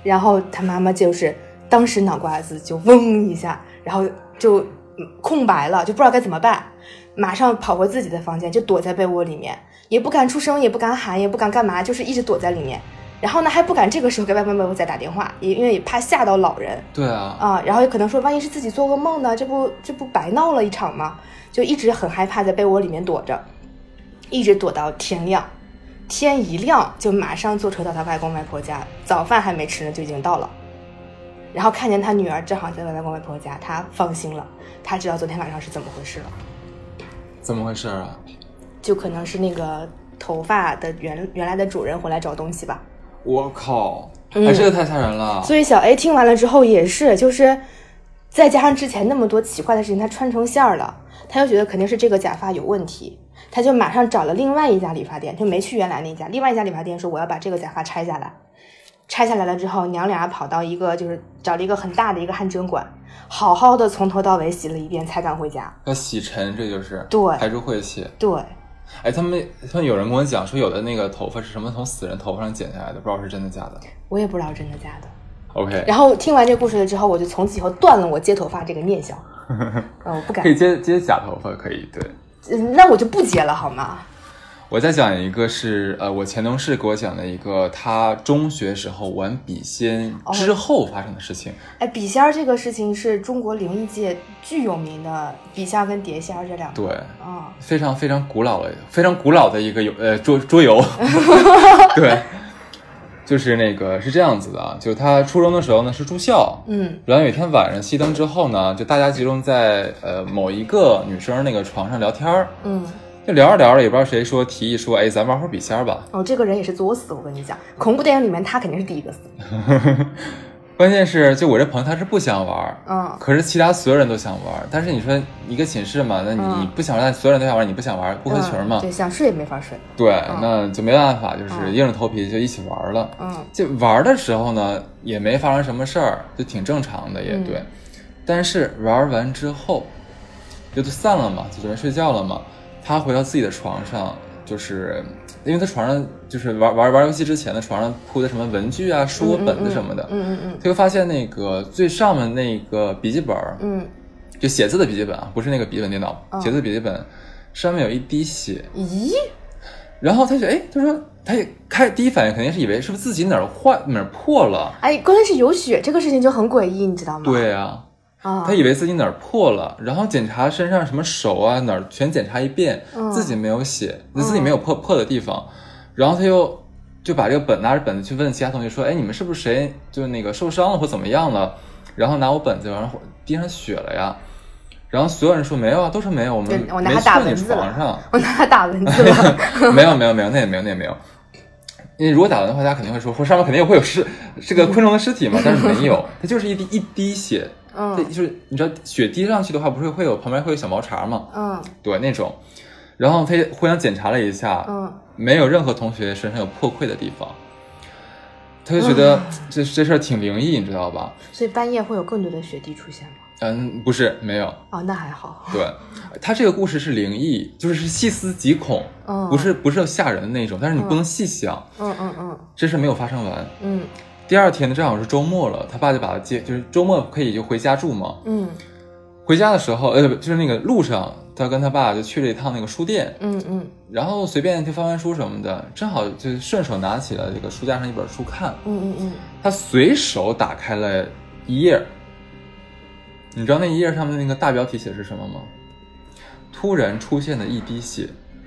Speaker 2: 然后他妈妈就是当时脑瓜子就嗡一下，然后就嗯空白了，就不知道该怎么办，马上跑回自己的房间，就躲在被窝里面，也不敢出声，也不敢喊，也不敢干嘛，就是一直躲在里面。然后呢，还不敢这个时候给外卖外婆再打电话，也因为也怕吓到老人
Speaker 1: 对啊，
Speaker 2: 啊。然后也可能说，万一是自己做噩梦呢，这不这不白闹了一场吗？就一直很害怕，在被窝里面躲着，一直躲到天亮。天一亮就马上坐车到他外公外婆家，早饭还没吃呢就已经到了。然后看见他女儿正好在外公外婆家，他放心了，他知道昨天晚上是怎么回事了，
Speaker 1: 怎么回事啊？
Speaker 2: 就可能是那个头发的原原来的主人回来找东西吧。
Speaker 1: 我靠，
Speaker 2: 嗯
Speaker 1: 哎，这个太吓人了。
Speaker 2: 所以小 A 听完了之后也是，就是再加上之前那么多奇怪的事情，他穿成线儿了，他就觉得肯定是这个假发有问题，他就马上找了另外一家理发店，就没去原来那家，另外一家理发店说我要把这个假发拆下来。拆下来了之后，娘俩跑到一个就是找了一个很大的一个汗蒸馆，好好的从头到尾洗了一遍才敢回家。
Speaker 1: 要洗尘，这就是
Speaker 2: 对
Speaker 1: 排出晦气。
Speaker 2: 对，
Speaker 1: 哎，他们他们有人跟我讲说，有的那个头发是什么从死人头发上剪下来的，不知道是真的假的。
Speaker 2: 我也不知道真的假的。
Speaker 1: OK，
Speaker 2: 然后听完这故事了之后，我就从此以后断了我接头发这个念想。嗯，我不敢
Speaker 1: 可，以接接假头发，可以。对，
Speaker 2: 嗯那我就不接了好吗？
Speaker 1: 我再讲一个是呃，我前同事给我讲的一个他中学时候玩笔仙
Speaker 2: 哦
Speaker 1: 之后发生的事情。
Speaker 2: 哎，笔仙儿这个事情是中国灵异界巨有名的，笔仙儿跟碟仙儿这两个。
Speaker 1: 对，
Speaker 2: 啊、
Speaker 1: 非常非常古老的、非常古老的一个游呃桌桌 游，对，就是那个是这样子的啊，就他初中的时候呢是住校，
Speaker 2: 嗯
Speaker 1: 然后有一天晚上熄灯之后呢，就大家集中在呃某一个女生那个床上聊天儿，
Speaker 2: 嗯，
Speaker 1: 就聊着聊着也不知道谁说提议说，哎，咱玩会儿笔仙儿吧。
Speaker 2: 哦，这个人也是作死，我跟你讲，恐怖电影里面他肯定是第一个死。
Speaker 1: 关键是就我这朋友他是不想玩儿，
Speaker 2: 嗯
Speaker 1: 可是其他所有人都想玩儿，但是你说一个寝室嘛，那你,、
Speaker 2: 嗯
Speaker 1: 你不想玩儿，但所有人都想玩儿，你不想玩儿 不合群嘛，
Speaker 2: 嗯对，想睡也没法睡。
Speaker 1: 对，
Speaker 2: 嗯
Speaker 1: 那就没办法，就是
Speaker 2: 嗯
Speaker 1: 硬着头皮就一起玩儿了。
Speaker 2: 嗯
Speaker 1: 就玩儿的时候呢，也没发生什么事儿，就挺正常的，也
Speaker 2: 嗯
Speaker 1: 对。但是玩儿完之后，就都散了嘛，就准备睡觉了嘛。他回到自己的床上，就是因为他床上就是玩玩玩游戏之前的床上铺的什么文具啊、书、
Speaker 2: 嗯
Speaker 1: 本子什么的，
Speaker 2: 嗯嗯
Speaker 1: 他就发现那个最上面那个笔记本儿，
Speaker 2: 嗯
Speaker 1: 就写字的笔记本啊，不是那个笔记本电脑，
Speaker 2: 嗯
Speaker 1: 写字的笔记本上面有一滴血。
Speaker 2: 嗯，咦，
Speaker 1: 然后他就哎，他说他也开第一反应肯定是以为是不是自己哪儿坏哪儿破了，
Speaker 2: 哎，关键是有血这个事情就很诡异，你知道吗？
Speaker 1: 对啊，
Speaker 2: 啊，
Speaker 1: 他以为自己哪儿破了，然后检查身上什么手啊哪儿全检查一遍，
Speaker 2: 嗯
Speaker 1: 自己没有血，自己没有破破的地方，然后他又就把这个本拿着本子去问其他同学说，哎，你们是不是谁就是那个受伤了或怎么样了？然后拿我本子，然后滴上血了呀。然后所有人说没有啊，都说没有，我们
Speaker 2: 对我拿
Speaker 1: 没
Speaker 2: 它打
Speaker 1: 去你
Speaker 2: 蚊子了
Speaker 1: 床上，
Speaker 2: 我拿他打蚊子 了。
Speaker 1: 没有没有没有，那也没有那也没有。因为如果打完的话，大家肯定会说，说上面肯定会有尸，这个昆虫的尸体嘛，但是没 有，它就是一滴一滴血，它
Speaker 2: 嗯
Speaker 1: 就是你知道血滴上去的话，不是会有旁边会有小毛茬嘛，
Speaker 2: 嗯
Speaker 1: 对那种。然后他也互相检查了一下，
Speaker 2: 嗯，
Speaker 1: 没有任何同学身上有破溃的地方，他就觉得
Speaker 2: 嗯
Speaker 1: 这这事儿挺灵异，你知道吧？
Speaker 2: 所以半夜会有更多的血滴出现吗？
Speaker 1: 嗯，不是没有，
Speaker 2: 哦，那还好。
Speaker 1: 对他这个故事是灵异，就是是细思极恐，
Speaker 2: 嗯，
Speaker 1: 不是不是吓人的那种，但是你不能细想，
Speaker 2: 嗯，嗯嗯
Speaker 1: 这事没有发生完。
Speaker 2: 嗯
Speaker 1: 第二天呢，正好是周末了，他爸就把他接，就是周末可以就回家住嘛。
Speaker 2: 嗯
Speaker 1: 回家的时候，呃，不就是那个路上，他跟他爸就去了一趟那个书店，
Speaker 2: 嗯嗯
Speaker 1: 然后随便就翻翻书什么的，正好就顺手拿起了这个书架上一本书看，
Speaker 2: 嗯嗯
Speaker 1: 他随手打开了一页，你知道那一页上面那个大标题写的是什么吗？突然出现的一滴血，
Speaker 2: 嗯，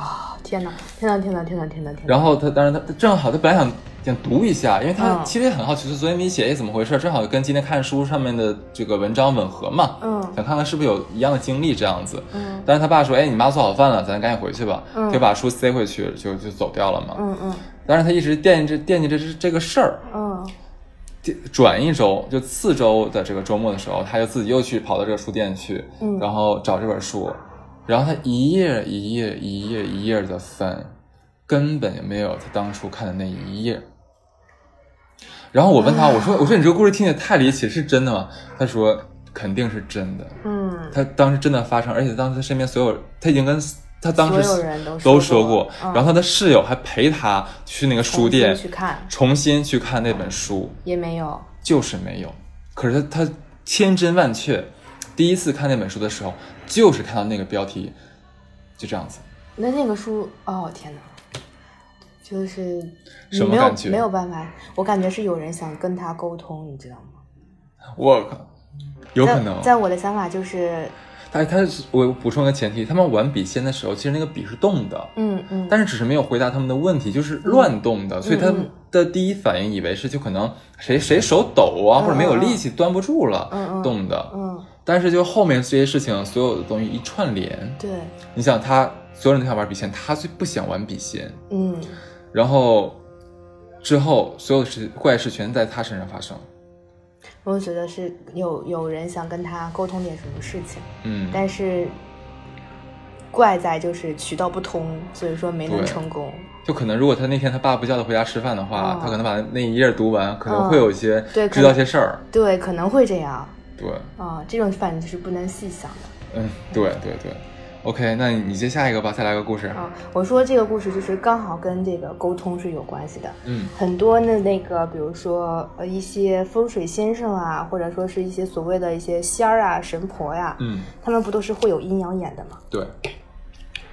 Speaker 2: 啊，天哪，天哪，天哪，天哪，天哪，天哪。
Speaker 1: 然后他当然他他正好他本来想想读一下，因为他
Speaker 2: 嗯
Speaker 1: 其实也很好奇，就是昨天没写哎怎么回事，正好跟今天看书上面的这个文章吻合嘛，
Speaker 2: 嗯
Speaker 1: 想看看是不是有一样的经历这样子。
Speaker 2: 嗯
Speaker 1: 但是他爸说：“哎，你妈做好饭了，咱赶紧回去吧。
Speaker 2: 嗯
Speaker 1: 就把书塞回去，就就走掉了嘛。
Speaker 2: 嗯嗯
Speaker 1: 但是他一直惦记着惦记着这这个事儿。
Speaker 2: 嗯
Speaker 1: 这转一周，就次周的这个周末的时候，他就自己又去跑到这个书店去，
Speaker 2: 嗯
Speaker 1: 然后找这本书，然后他一页一页一页一页的翻，根本就没有他当初看的那一页。然后我问他，我说我说你这个故事听起来太离奇，是真的吗？他说肯定是真的，
Speaker 2: 嗯，
Speaker 1: 他当时真的发生，而且当时他身边所有他已经跟他当时
Speaker 2: 所有人都说
Speaker 1: 都
Speaker 2: 过
Speaker 1: 过，
Speaker 2: 嗯
Speaker 1: 然后他的室友还陪他去那个书店
Speaker 2: 重新去看
Speaker 1: 重新去看那本书，
Speaker 2: 也没有，
Speaker 1: 就是没有。可是他他千真万确，第一次看那本书的时候，就是看到那个标题，就这样子。
Speaker 2: 那那个书，哦天哪，就是你
Speaker 1: 什么
Speaker 2: 没有
Speaker 1: 感觉
Speaker 2: 没有办法，我感觉是有人想跟他沟通，你知道吗？
Speaker 1: 我靠，有可能
Speaker 2: 在。在我的想法就是，
Speaker 1: 他他是我补充一个前提，他们玩笔仙的时候，其实那个笔是动的，
Speaker 2: 嗯嗯，
Speaker 1: 但是只是没有回答他们的问题，就是乱动的，所以他
Speaker 2: 嗯
Speaker 1: 的第一反应以为是就可能谁谁手抖啊，
Speaker 2: 嗯
Speaker 1: 或者没有力气端不住了，
Speaker 2: 嗯嗯
Speaker 1: 动的。
Speaker 2: 嗯
Speaker 1: 但是就后面这些事情，所有的东西一串联，
Speaker 2: 对，
Speaker 1: 你想他所有人都想玩笔仙，他最不想玩笔仙，
Speaker 2: 嗯
Speaker 1: 然后之后所有事怪事全在他身上发生。
Speaker 2: 我就觉得是有有人想跟他沟通点什么事情，
Speaker 1: 嗯，
Speaker 2: 但是怪在就是渠道不通，所以说没能
Speaker 1: 对
Speaker 2: 成功。
Speaker 1: 就可能如果他那天他爸不叫他回家吃饭的话，
Speaker 2: 嗯
Speaker 1: 他可能把那一页读完，可能
Speaker 2: 嗯
Speaker 1: 会有一些、
Speaker 2: 对可
Speaker 1: 知道
Speaker 2: 能
Speaker 1: 些事儿。
Speaker 2: 对，可能会这样
Speaker 1: 对，
Speaker 2: 啊，这种反正就是不能细想的。
Speaker 1: 嗯，对对对。OK，那你接下一个吧，再来个故事。
Speaker 2: 啊，我说这个故事就是刚好跟这个沟通是有关系的。
Speaker 1: 嗯
Speaker 2: 很多的那个，比如说呃一些风水先生啊，或者说是一些所谓的一些仙儿啊、神婆呀、
Speaker 1: 嗯，
Speaker 2: 他们不都是会有阴阳眼的吗？
Speaker 1: 对，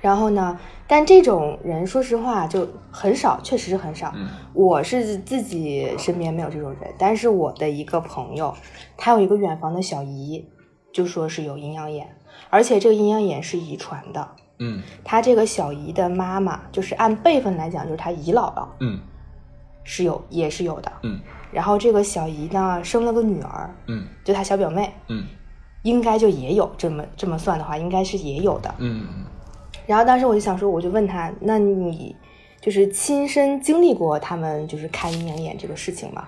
Speaker 2: 然后呢，但这种人说实话就很少，确实是很少。
Speaker 1: 嗯
Speaker 2: 我是自己身边没有这种人，但是我的一个朋友，他有一个远房的小姨，就说是有阴阳眼，而且这个阴阳眼是遗传的。
Speaker 1: 嗯
Speaker 2: 他这个小姨的妈妈，就是按辈分来讲，就是他姨姥姥
Speaker 1: 嗯
Speaker 2: 是有，也是有的。
Speaker 1: 嗯
Speaker 2: 然后这个小姨呢，生了个女儿，
Speaker 1: 嗯
Speaker 2: 就她小表妹，
Speaker 1: 嗯
Speaker 2: 应该就也有这么这么算的话，应该是也有的。
Speaker 1: 嗯
Speaker 2: 然后当时我就想说，我就问他，那你就是亲身经历过他们就是看阴阳眼这个事情吗？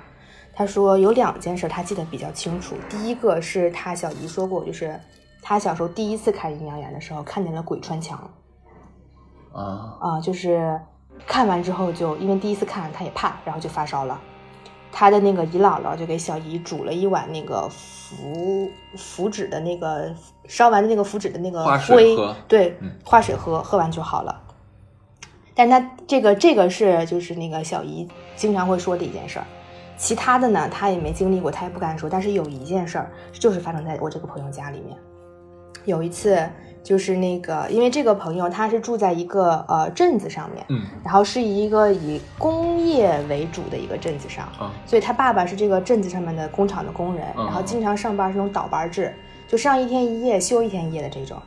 Speaker 2: 他说有两件事他记得比较清楚，第一个是他小姨说过，就是他小时候第一次看阴阳眼的时候，看见了鬼穿墙。
Speaker 1: 啊，
Speaker 2: 啊、就是看完之后就因为第一次看他也怕，然后就发烧了。他的那个姨姥姥就给小姨煮了一碗那个符符纸的那个烧完的那个符纸的那个
Speaker 1: 化水
Speaker 2: 灰
Speaker 1: 喝，
Speaker 2: 对
Speaker 1: 嗯，
Speaker 2: 化水喝，喝完就好了。但是他这个这个是就是那个小姨经常会说的一件事儿，其他的呢他也没经历过，他也不敢说。但是有一件事儿就是发生在我这个朋友家里面，有一次就是那个因为这个朋友他是住在一个呃镇子上面，
Speaker 1: 嗯
Speaker 2: 然后是一个以工业为主的一个镇子上，
Speaker 1: 啊，
Speaker 2: 所以他爸爸是这个镇子上面的工厂的工人，
Speaker 1: 嗯
Speaker 2: 然后经常上班是那种倒班制，就上一天一夜休一天一夜的这种。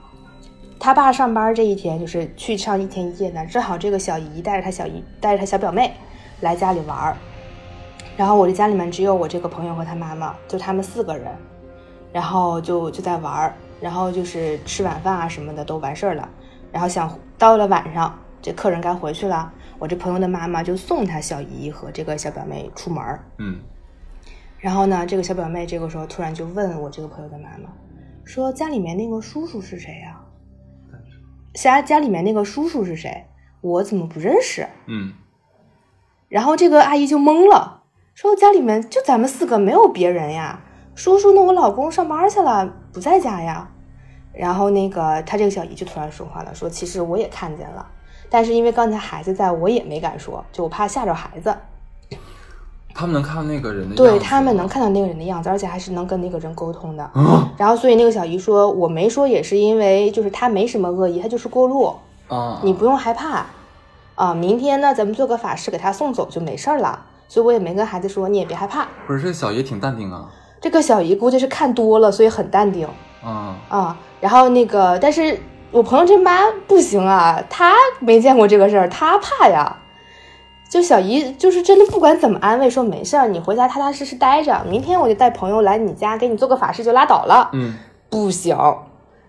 Speaker 2: 他爸上班这一天就是去上一天一夜呢，正好这个小姨带着他小姨带着他小表妹来家里玩儿，然后我这家里面只有我这个朋友和他妈妈，就他们四个人，然后就就在玩儿，然后就是吃晚饭啊什么的都完事儿了，然后想到了晚上，这客人该回去了，我这朋友的妈妈就送他小姨和这个小表妹出门儿，
Speaker 1: 嗯
Speaker 2: 然后呢，这个小表妹这个时候突然就问我这个朋友的妈妈，说家里面那个叔叔是谁呀、家家里面那个叔叔是谁？我怎么不认识？
Speaker 1: 嗯
Speaker 2: 然后这个阿姨就懵了，说家里面就咱们四个没有别人呀。叔叔呢，我老公上班去了，不在家呀。然后那个她这个小姨就突然说话了，说其实我也看见了，但是因为刚才孩子在，我也没敢说，就我怕吓着孩子。
Speaker 1: 他们能看到那个人的
Speaker 2: 对
Speaker 1: 样子
Speaker 2: 他们
Speaker 1: 吗
Speaker 2: 能看到那个人的样子，而且还是能跟那个人沟通的。
Speaker 1: 啊
Speaker 2: 然后，所以那个小姨说，我没说也是因为就是她没什么恶意，她就是过路，
Speaker 1: 啊，
Speaker 2: 你不用害怕啊。明天呢，咱们做个法事给她送走就没事儿了。所以我也没跟孩子说，你也别害怕。
Speaker 1: 不是这小爷挺淡定啊
Speaker 2: 这个小姨估计是看多了，所以很淡定
Speaker 1: 啊，
Speaker 2: 啊。然后那个，但是我朋友这妈不行啊，她没见过这个事儿，她怕呀。就小姨就是真的，不管怎么安慰，说没事儿，你回家踏踏实实待着，明天我就带朋友来你家给你做个法事就拉倒了。
Speaker 1: 嗯
Speaker 2: 不行。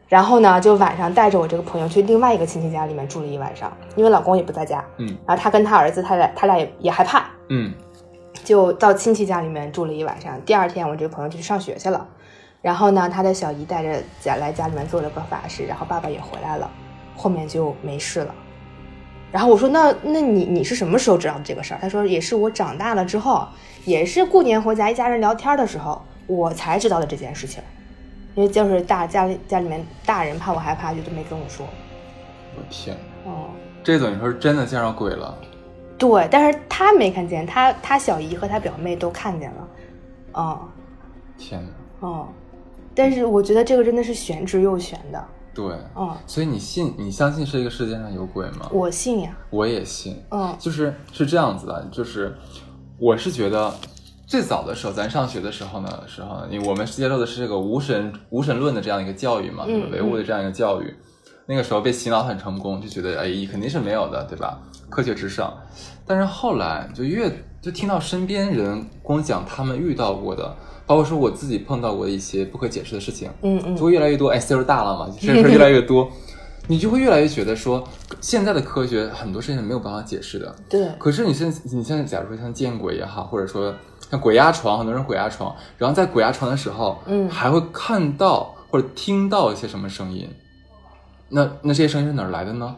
Speaker 2: 然后呢，就晚上带着我这个朋友去另外一个亲戚家里面住了一晚上，因为老公也不在家。
Speaker 1: 嗯
Speaker 2: 然后她跟她儿子，他俩他俩也也害怕，
Speaker 1: 嗯
Speaker 2: 就到亲戚家里面住了一晚上。第二天，我这个朋友就去上学去了。然后呢，他的小姨带着家来家里面做了个法事，然后爸爸也回来了，后面就没事了。然后我说那那你你是什么时候知道这个事儿？他说也是我长大了之后，也是过年回家一家人聊天的时候，我才知道的这件事情。因为就是大家里家里面大人怕我害怕，就都没跟我说。
Speaker 1: 我天，
Speaker 2: 哦、
Speaker 1: 这等于说是真的见着鬼了。
Speaker 2: 对，但是他没看见，他他小姨和他表妹都看见了。哦
Speaker 1: 天哪，
Speaker 2: 哦，但是我觉得这个真的是玄之又玄的。
Speaker 1: 对，
Speaker 2: 哦，
Speaker 1: 所以你信你相信这个世界上有鬼吗？
Speaker 2: 我信呀。
Speaker 1: 我也信，
Speaker 2: 嗯
Speaker 1: 就是是这样子的，就是我是觉得最早的时候，咱上学的时候呢，时候呢，因为我们接受的是这个无神无神论的这样一个教育嘛，
Speaker 2: 嗯
Speaker 1: 就是唯物的这样一个教育。那个时候被洗脑很成功，就觉得哎，肯定是没有的，对吧？科学至上。但是后来就越就听到身边人光讲他们遇到过的，包括说我自己碰到过一些不可解释的事情，
Speaker 2: 嗯
Speaker 1: 就
Speaker 2: 嗯
Speaker 1: 会越来越多，哎，岁数大了嘛，事情越来越 多，你就会越来越觉得说，现在的科学很多事情是没有办法解释的。
Speaker 2: 对，
Speaker 1: 可是你现在你现在假如说像见鬼也好，或者说像鬼压床，很多人鬼压床，然后在鬼压床的时候，
Speaker 2: 嗯
Speaker 1: 还会看到或者听到一些什么声音，那那这些声音是哪儿来的呢？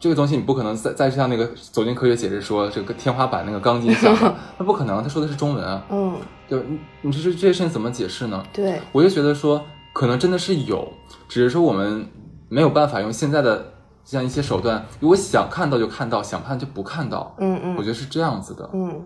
Speaker 1: 这个东西你不可能再再像那个走进科学解释说这个天花板那个钢筋响 了，那不可能，他说的是中文啊，
Speaker 2: 嗯
Speaker 1: 对吧？你你这这些事情怎么解释呢？
Speaker 2: 对，
Speaker 1: 我就觉得说，可能真的是有，只是说我们没有办法用现在的这样一些手段，如果想看到就看到，想看就不看到。
Speaker 2: 嗯
Speaker 1: 我觉
Speaker 2: 嗯
Speaker 1: 得是这样子的，
Speaker 2: 嗯，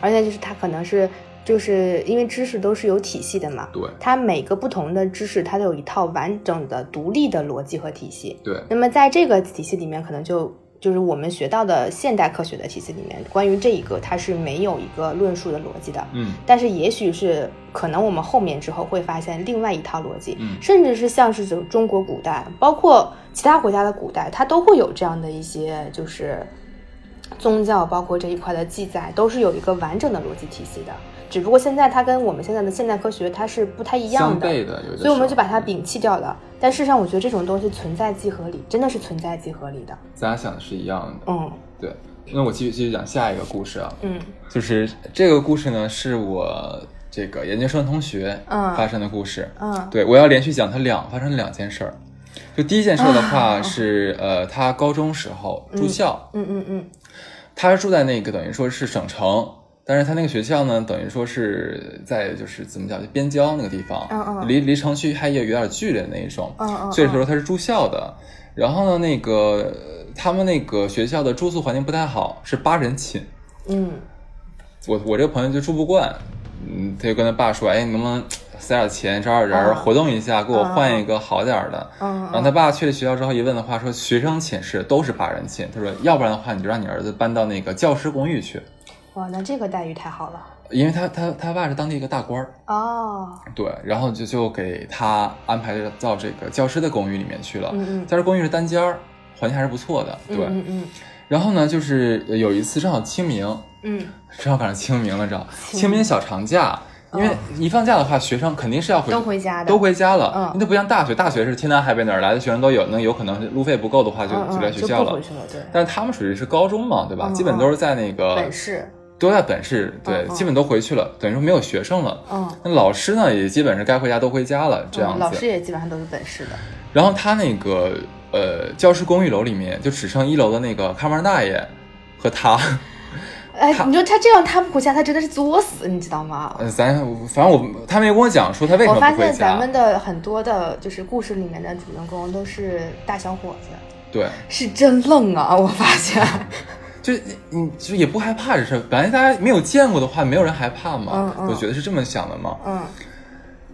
Speaker 2: 而且就是他可能是就是因为知识都是有体系的嘛，
Speaker 1: 对
Speaker 2: 它每个不同的知识它都有一套完整的独立的逻辑和体系。
Speaker 1: 对
Speaker 2: 那么在这个体系里面，可能就就是我们学到的现代科学的体系里面，关于这一个它是没有一个论述的逻辑的。
Speaker 1: 嗯
Speaker 2: 但是也许是可能我们后面之后会发现另外一套逻辑，
Speaker 1: 嗯
Speaker 2: 甚至是像是就中国古代，包括其他国家的古代，它都会有这样的一些就是宗教，包括这一块的记载，都是有一个完整的逻辑体系的。只不过现在它跟我们现在的现代科学它是不太一样
Speaker 1: 相
Speaker 2: 的，
Speaker 1: 悖的，有的时候
Speaker 2: 所以我们就把它摒弃掉了。但事实上，我觉得这种东西存在即合理，真的是存在即合理的。
Speaker 1: 咱俩想的是一样的。
Speaker 2: 嗯
Speaker 1: 对，那我继续继续讲下一个故事啊，
Speaker 2: 嗯
Speaker 1: 就是这个故事呢，是我这个研究生同学
Speaker 2: 嗯
Speaker 1: 发生的故事。
Speaker 2: 嗯
Speaker 1: 对，我要连续讲他两发生两件事儿。就第一件事儿的话是，呃，他高中时候住校，
Speaker 2: 嗯嗯嗯
Speaker 1: 他是住在那个等于说是省城，但是他那个学校呢，等于说是在就是怎么讲，就边郊那个地方，
Speaker 2: 嗯嗯
Speaker 1: 离离城区还也有点距离的那一种，
Speaker 2: 嗯嗯，
Speaker 1: 所以说他是住校的。然后呢，那个呃他们那个学校的住宿环境不太好，是八人寝，
Speaker 2: 嗯
Speaker 1: 我我这个朋友就住不惯，嗯，他就跟他爸说，哎，你能不能塞点钱找点人儿
Speaker 2: 嗯
Speaker 1: 活动一下，给我
Speaker 2: 嗯
Speaker 1: 换一个好点儿的？
Speaker 2: 嗯
Speaker 1: 然后他爸去了学校之后一问的话，说学生寝室都是八人寝，他说要不然的话你就让你儿子搬到那个教师公寓去，
Speaker 2: 哇，那这个待遇太好了
Speaker 1: 因为他他他爸是当地一个大官儿，
Speaker 2: 哦。
Speaker 1: 对，然后就就给他安排到这个教师的公寓里面去了。
Speaker 2: 嗯嗯
Speaker 1: 教师公寓是单间儿，环境还是不错的，啊对。
Speaker 2: 嗯嗯
Speaker 1: 然后呢，就是有一次正好清明，
Speaker 2: 嗯
Speaker 1: 正好赶上清明了，知道
Speaker 2: 清明
Speaker 1: 清明小长假，因为一放假的话，学生肯定是要
Speaker 2: 嗯，
Speaker 1: 回
Speaker 2: 都回家的，
Speaker 1: 都回家了，
Speaker 2: 嗯
Speaker 1: 那都不像大学，大学是天南海北哪儿来的学生都有，那有可能是路费不够的话就、
Speaker 2: 嗯嗯
Speaker 1: 就来学校
Speaker 2: 就不
Speaker 1: 了
Speaker 2: 回。去了，对，
Speaker 1: 但是他们属于是高中嘛，对吧？
Speaker 2: 嗯
Speaker 1: 基本都是在那个
Speaker 2: 本市，
Speaker 1: 都在本市，对，
Speaker 2: 嗯嗯
Speaker 1: 基本都回去了，等于说没有学生了。
Speaker 2: 嗯，
Speaker 1: 那老师呢，也基本是该回家都回家了，这样
Speaker 2: 嗯
Speaker 1: 子。
Speaker 2: 老师也基本上都是本市的，
Speaker 1: 然后他那个呃教师公寓楼里面，就只剩一楼的那个看门大爷和他。
Speaker 2: 哎，你说他这样他不回家，他真的是作死，你知道吗？
Speaker 1: 呃，咱反正我他没跟我讲说他为什
Speaker 2: 我
Speaker 1: 么
Speaker 2: 发
Speaker 1: 不
Speaker 2: 现
Speaker 1: 回
Speaker 2: 咱
Speaker 1: 家
Speaker 2: 们。的很多的，就是故事里面的主人公都是大小伙子，
Speaker 1: 对，
Speaker 2: 是真愣啊！我发现，
Speaker 1: 就是你你就是也不害怕这事儿，本来大家没有见过的话，没有人害怕嘛
Speaker 2: 嗯，嗯
Speaker 1: 我觉得是这么想的嘛。
Speaker 2: 嗯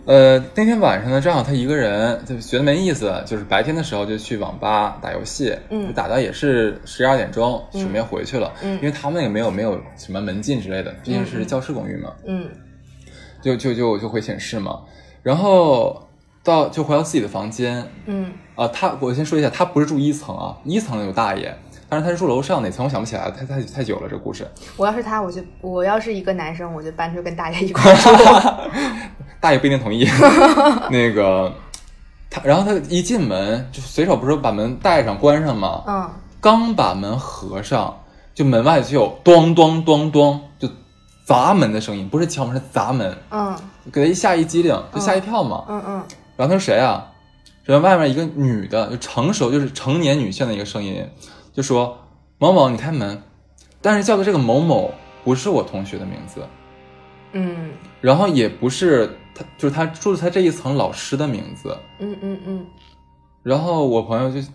Speaker 1: 呃，那天晚上呢，正好他一个人，就觉得没意思，就是白天的时候就去网吧打游戏，
Speaker 2: 嗯
Speaker 1: 就打到也是十二点钟，准备回去了，
Speaker 2: 嗯
Speaker 1: 因为他们也没有没有什么门禁之类的，毕竟是教师公寓嘛，
Speaker 2: 嗯
Speaker 1: 就就就就回寝室嘛，然后到就回到自己的房间，
Speaker 2: 嗯
Speaker 1: 啊，他我先说一下，他不是住一层啊，一层有大爷，但是他是住楼上哪层我想不起来了，太太太久了这故事，
Speaker 2: 我要是他，我就我要是一个男生，我就搬出去跟大家一块 儿住。
Speaker 1: 大爷不一定同意。那个他，然后他一进门就随手不是把门带上关上吗？
Speaker 2: 嗯，
Speaker 1: 刚把门合上，就门外就有咚咚咚咚就砸门的声音，不是敲门是砸门，
Speaker 2: 嗯
Speaker 1: 给他一吓一激灵，就吓一跳嘛。
Speaker 2: 嗯嗯
Speaker 1: 然后他说谁啊？然后外面一个女的，就成熟就是成年女性的一个声音，就说某某，你开门。”但是叫的这个某某不是我同学的名字，
Speaker 2: 嗯
Speaker 1: 然后也不是他，就是他住他这一层老师的名字。
Speaker 2: 嗯嗯嗯，
Speaker 1: 然后我朋友就，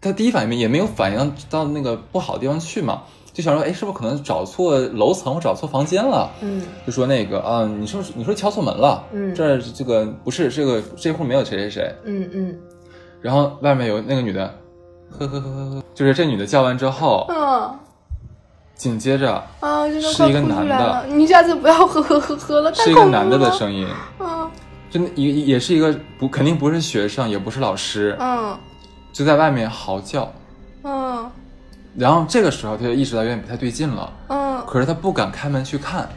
Speaker 1: 他第一反应也没有反应到那个不好的地方去嘛，就想说，哎，是不是可能找错楼层或找错房间了？
Speaker 2: 嗯
Speaker 1: 就说那个啊，你是不是你说敲错门了？
Speaker 2: 嗯
Speaker 1: 这儿这个不是这个这户没有谁谁谁。
Speaker 2: 嗯嗯
Speaker 1: 然后外面有那个女的，呵呵呵呵呵，就是这女的叫完之后，
Speaker 2: 嗯
Speaker 1: 紧接着
Speaker 2: 啊，真的
Speaker 1: 是
Speaker 2: 快
Speaker 1: 一个
Speaker 2: 哭出
Speaker 1: 男
Speaker 2: 来
Speaker 1: 的
Speaker 2: 了！你下次不要呵呵呵呵了，太
Speaker 1: 是一个
Speaker 2: 恐怖
Speaker 1: 男的的
Speaker 2: 了
Speaker 1: 声音，
Speaker 2: 嗯
Speaker 1: 就那也也是一个不肯定不是学生，也不是老师，
Speaker 2: 嗯
Speaker 1: 就在外面嚎叫。
Speaker 2: 嗯
Speaker 1: 然后这个时候他就意识到有点不太对劲了，
Speaker 2: 嗯
Speaker 1: 可是他不敢开门去看，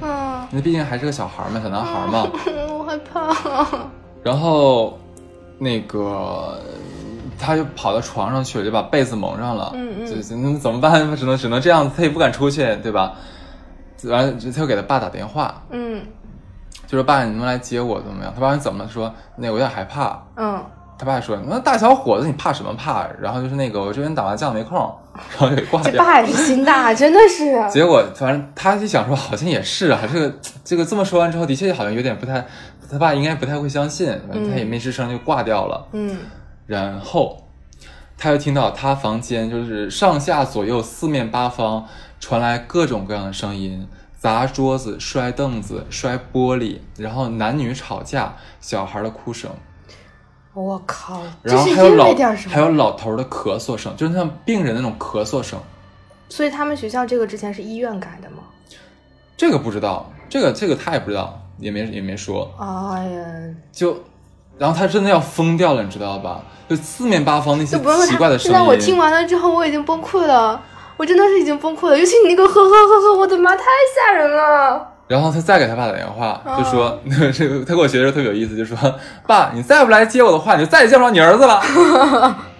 Speaker 2: 嗯，
Speaker 1: 那毕竟还是个小孩嘛，小男孩嘛。
Speaker 2: 我害怕。
Speaker 1: 然后那个他就跑到床上去了，就把被子蒙上了。
Speaker 2: 嗯嗯
Speaker 1: 就就那怎么办？只能只能这样子，他也不敢出去，对吧？完了，他就给他爸打电话，
Speaker 2: 嗯
Speaker 1: 就说爸，你能来接我怎么样？他爸说你怎么了？说那个我有点害怕。
Speaker 2: 嗯
Speaker 1: 他爸说那大小伙子你怕什么怕？然后就是那个我这边打麻将没空， 然后就给 挂
Speaker 2: 这
Speaker 1: 掉。
Speaker 2: 爸也是心大，真的是。
Speaker 1: 结果反正他就想说，好像也是啊，这个这个这么说完之后，的确好像有点不太，他爸应该不太会相信，反正他也没吱声就挂掉了。
Speaker 2: 嗯
Speaker 1: 然后他又听到他房间就是上下左右四面八方传来各种各样的声音，砸桌子、摔凳子、摔玻璃，然后男女吵架、小孩的哭声，
Speaker 2: 我靠，这
Speaker 1: 然后
Speaker 2: 是
Speaker 1: 还有
Speaker 2: 因为
Speaker 1: 老
Speaker 2: 点什
Speaker 1: 还有
Speaker 2: 么？
Speaker 1: 老头的咳嗽声，就是像病人那种咳嗽声。
Speaker 2: 所以他们学校这个之前是医院改的吗？
Speaker 1: 这个不知道，这个这个他也不知道，也没也没说。
Speaker 2: 哎呀，
Speaker 1: 就，然后他真的要疯掉了，你知道吧？就四面八方那些
Speaker 2: 就不用问
Speaker 1: 奇怪
Speaker 2: 他。
Speaker 1: 的声
Speaker 2: 现
Speaker 1: 音。
Speaker 2: 在我听完了之后，我已经崩溃了，我真的是已经崩溃了。尤其你那个呵呵呵呵，我的妈，太吓人了。
Speaker 1: 然后他再给他爸打电话，
Speaker 2: 哦
Speaker 1: 就说 这个他跟我学的时候特别有意思，就说爸，你再不来接我的话，你就再也见不着你儿子 了。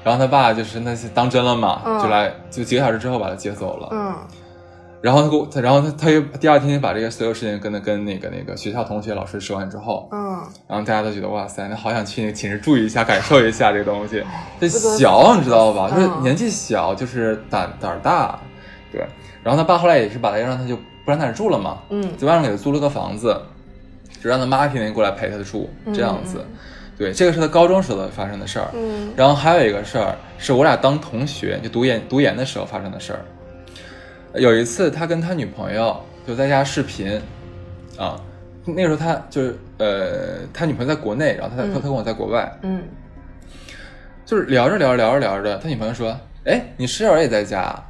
Speaker 1: 然后他爸就是那些当真了嘛，
Speaker 2: 嗯
Speaker 1: 就来就几个小时之后把他接走了。
Speaker 2: 嗯
Speaker 1: 然后他给我，他然后他他又第二天把这个所有事情跟他跟那个那个学校同学老师说完之后，
Speaker 2: 嗯，
Speaker 1: 然后大家都觉得哇塞，那好想去那个寝室住一下，感受一下这个东西。这
Speaker 2: 不得
Speaker 1: 小你知道吧？就是
Speaker 2: 哦嗯
Speaker 1: 年纪小，就是胆胆儿大，对。然后他爸后来也是把他让他就不让他住了嘛，
Speaker 2: 嗯
Speaker 1: 就外面给他租了个房子，只让他妈天天过来陪他住这样子。对，这个是他高中时候发生的事儿。
Speaker 2: 嗯
Speaker 1: 然后还有一个事儿是我俩当同学，就读研读研的时候发生的事儿。有一次，他跟他女朋友就在家视频，啊，那时候他就是呃，他女朋友在国内，然后他在、
Speaker 2: 嗯
Speaker 1: 他跟我在国外，
Speaker 2: 嗯
Speaker 1: 就是聊着聊着聊着聊着，他女朋友说：“哎，你室友也在家啊？”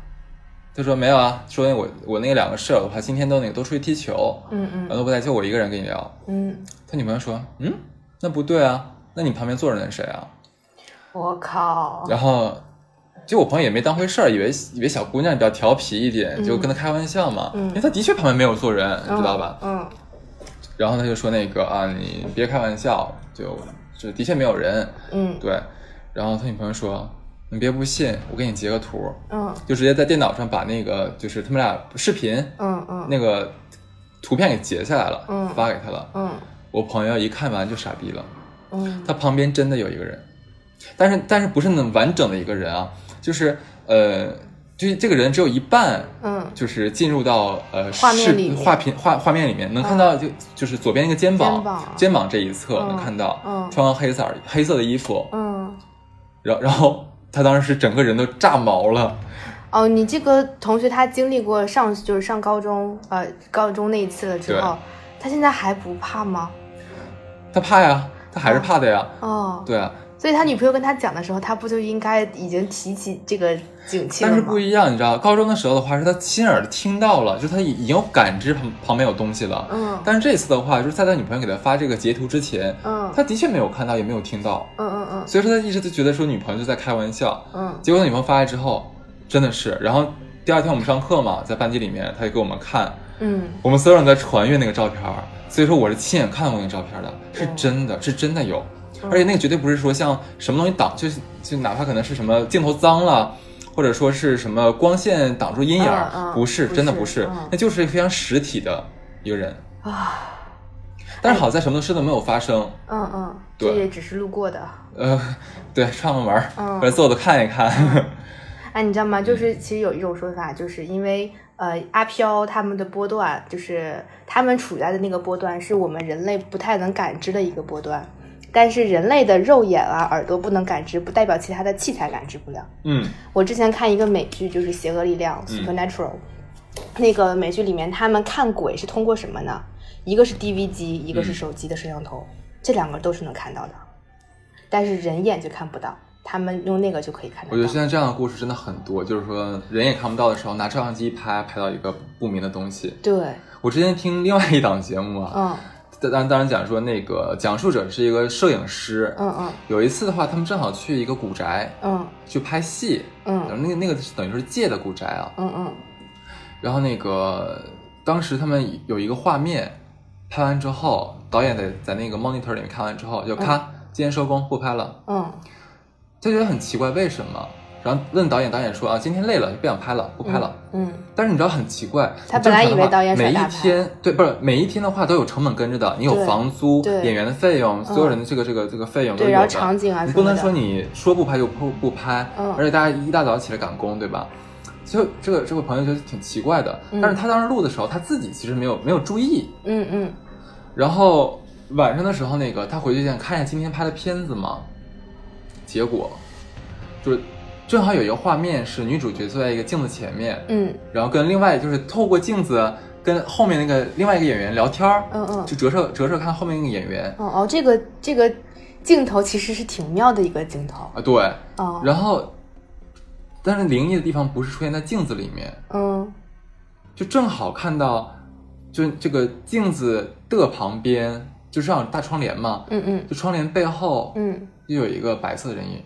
Speaker 1: 他说：“没有啊，说我我那个两个室友的话，今天都那个都出去踢球，
Speaker 2: 嗯
Speaker 1: 然后都不在，就我一个人跟你聊。”
Speaker 2: 嗯，
Speaker 1: 他女朋友说：“嗯，那不对啊，那你旁边坐着那是谁啊？”
Speaker 2: 我靠，
Speaker 1: 然后就我朋友也没当回事儿，以为以为小姑娘比较调皮一点，就跟她开玩笑嘛。
Speaker 2: 嗯
Speaker 1: 因为她的确旁边没有坐人，你知道吧？
Speaker 2: 嗯
Speaker 1: 然后他就说那个啊，你别开玩笑，就就的确没有人，
Speaker 2: 嗯
Speaker 1: 对。然后他女朋友说，你别不信，我给你截个图，
Speaker 2: 嗯
Speaker 1: 就直接在电脑上把那个就是他们俩视频、
Speaker 2: 嗯嗯
Speaker 1: 那个图片给截下来了，
Speaker 2: 嗯
Speaker 1: 发给他了。
Speaker 2: 嗯
Speaker 1: 我朋友一看完就傻逼了。
Speaker 2: 嗯
Speaker 1: 他旁边真的有一个人，但是但是不是那么完整的一个人啊，就是呃，就是这个人只有一半，
Speaker 2: 嗯，
Speaker 1: 就是进入到呃
Speaker 2: 画面
Speaker 1: 视
Speaker 2: 里面嗯
Speaker 1: 画屏画画面里面能看到就、就是左边一个肩膀
Speaker 2: 肩膀
Speaker 1: 这一侧能看到，
Speaker 2: 嗯嗯
Speaker 1: 穿黑色儿黑色的衣服，
Speaker 2: 嗯。
Speaker 1: 然后然后他当时整个人都炸毛了，
Speaker 2: 哦，你这个同学他经历过上就是上高中呃高中那一次了之后，他现在还不怕吗？
Speaker 1: 他怕呀，他还是怕的呀，
Speaker 2: 哦，
Speaker 1: 对啊，
Speaker 2: 所以他女朋友跟他讲的时候，他不就应该已经提起这个警惕了
Speaker 1: 但
Speaker 2: 吗？
Speaker 1: 是不一样，你知道，高中的时候的话是他亲耳听到了，就是他已已经有感知旁旁边有东西了，
Speaker 2: 嗯
Speaker 1: 但是这次的话，就是在他女朋友给他发这个截图之前，
Speaker 2: 嗯
Speaker 1: 他的确没有看到，也没有听到，
Speaker 2: 嗯嗯嗯
Speaker 1: 所以说他一直都觉得说女朋友就在开玩笑。
Speaker 2: 嗯
Speaker 1: 结果他女朋友发来之后，真的是，然后第二天我们上课嘛，在班级里面，他就给我们看，
Speaker 2: 嗯，
Speaker 1: 我们所有人在传阅那个照片儿，所以说我是亲眼看过那个照片的，是真
Speaker 2: 嗯
Speaker 1: 的，是真的有，而且那个绝对不是说像什么东西挡，就是就哪怕可能是什么镜头脏了。或者说是什么光线挡住阴影儿，
Speaker 2: 嗯嗯
Speaker 1: 不是，
Speaker 2: 不
Speaker 1: 真的
Speaker 2: 是
Speaker 1: 不是，
Speaker 2: 嗯
Speaker 1: 那就是一个非常实体的一个人。
Speaker 2: 啊，
Speaker 1: 但是好在什么事都没有发生，
Speaker 2: 嗯嗯，
Speaker 1: 对
Speaker 2: 这也只是路过的。
Speaker 1: 呃，对，串个门儿，
Speaker 2: 嗯
Speaker 1: 或者坐着看一看，
Speaker 2: 哎，你知道吗？
Speaker 1: 嗯
Speaker 2: 就是其实有一种说法，就是因为呃阿飘他们的波段，就是他们处在的那个波段，是我们人类不太能感知的一个波段。但是人类的肉眼啊、耳朵不能感知，不代表其他的器材感知不了。
Speaker 1: 嗯
Speaker 2: 我之前看一个美剧，就是《邪恶力量》
Speaker 1: 嗯
Speaker 2: （Supernatural），、那个美剧里面他们看鬼是通过什么呢？一个是 DV 机，一个
Speaker 1: 嗯
Speaker 2: 是手机的摄像头，这两个都是能看到的，但是人眼就看不到，他们用那个就可以看
Speaker 1: 我觉
Speaker 2: 得
Speaker 1: 得
Speaker 2: 到
Speaker 1: 现。在这样的故事真的很多，就是说人也看不到的时候，拿照相机拍，拍到一个不明的东西。
Speaker 2: 对，
Speaker 1: 我之前听另外一档节目啊，
Speaker 2: 嗯
Speaker 1: 当当当然讲说那个讲述者是一个摄影师，
Speaker 2: 嗯嗯
Speaker 1: 有一次的话，他们正好去一个古宅
Speaker 2: 嗯
Speaker 1: 去拍戏，然后
Speaker 2: 嗯
Speaker 1: 那个那个是等于说是借的古宅啊，
Speaker 2: 嗯嗯
Speaker 1: 然后那个当时他们有一个画面，拍完之后，导演在在那个 monitor 里面看完之后，就咔，今天收工不拍了，
Speaker 2: 嗯
Speaker 1: 他觉得很奇怪为什么，然后问导演，导演说啊今天累了不想拍了不拍了，
Speaker 2: 嗯，
Speaker 1: 但是你知道很奇怪，
Speaker 2: 他本来
Speaker 1: 你正常的话
Speaker 2: 以为导演甩
Speaker 1: 每一
Speaker 2: 大牌
Speaker 1: 天对不是每一天的话都有成本跟着的，你有
Speaker 2: 对
Speaker 1: 房租、
Speaker 2: 对嗯
Speaker 1: 演员的费用，所有人的这个这个这个费用都
Speaker 2: 对，
Speaker 1: 有
Speaker 2: 然后
Speaker 1: 的。
Speaker 2: 场景啊
Speaker 1: 你
Speaker 2: 什
Speaker 1: 不
Speaker 2: 么
Speaker 1: 能说
Speaker 2: 的，
Speaker 1: 你说不拍就不不拍，
Speaker 2: 嗯
Speaker 1: 而且大家一大早起来赶工，对吧？所以这个这个朋友觉得挺奇怪的，
Speaker 2: 嗯
Speaker 1: 但是他当时录的时候，他自己其实没有没有注意。
Speaker 2: 嗯嗯
Speaker 1: 然后晚上的时候，那个他回去想看一下今天拍的片子嘛，结果就是正好有一个画面是女主角坐在一个镜子前面，
Speaker 2: 嗯
Speaker 1: 然后跟另外就是透过镜子跟后面那个另外一个演员聊天儿，
Speaker 2: 嗯嗯
Speaker 1: 就折射折射看后面那个演员
Speaker 2: 哦哦，这个这个镜头其实是挺妙的一个镜头
Speaker 1: 啊，对，
Speaker 2: 哦，
Speaker 1: 然后，但是灵异的地方不是出现在镜子里面，
Speaker 2: 嗯
Speaker 1: 就正好看到，就这个镜子的旁边，就是上有大窗帘嘛，
Speaker 2: 嗯嗯
Speaker 1: 就窗帘背后
Speaker 2: 嗯
Speaker 1: 就有一个白色的人影。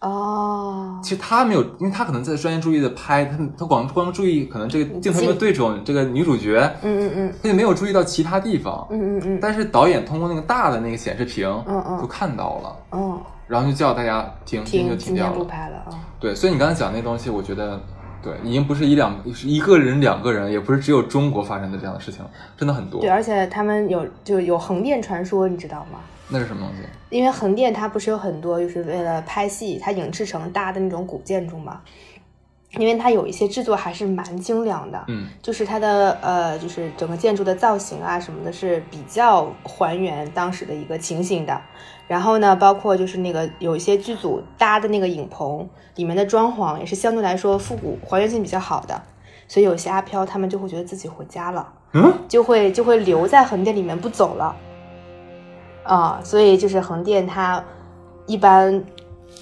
Speaker 2: 哦，
Speaker 1: 其实他没有，因为他可能在专业注意的拍，他他光光注意可能这个镜头有没有对准这个女主角，
Speaker 2: 嗯嗯
Speaker 1: 他就没有注意到其他地方。
Speaker 2: 嗯嗯嗯嗯
Speaker 1: 但是导演通过那个大的那个显示屏
Speaker 2: 嗯嗯
Speaker 1: 就看到了，
Speaker 2: 嗯，
Speaker 1: 然后就叫大家停，停就
Speaker 2: 停，
Speaker 1: 停
Speaker 2: 今
Speaker 1: 掉
Speaker 2: 天
Speaker 1: 了
Speaker 2: 不。拍了啊。
Speaker 1: 对，所以你刚才讲那东西，我觉得对，已经不是一两是一个人、两个人，也不是只有中国发生的这样的事情了，真的很多
Speaker 2: 对，。啊而且他们有就有横店传说，你知道吗？
Speaker 1: 那是什么东西？
Speaker 2: 因为横店它不是有很多就是为了拍戏，它影视城搭的那种古建筑嘛，因为它有一些制作还是蛮精良的，
Speaker 1: 嗯
Speaker 2: 就是它的呃，就是整个建筑的造型啊什么的，是比较还原当时的一个情形的。然后呢，包括就是那个有一些剧组搭的那个影棚里面的装潢，也是相对来说复古还原性比较好的，所以有些阿飘他们就会觉得自己回家了，
Speaker 1: 嗯，
Speaker 2: 就会就会留在横店里面不走了。啊、所以就是横店它一般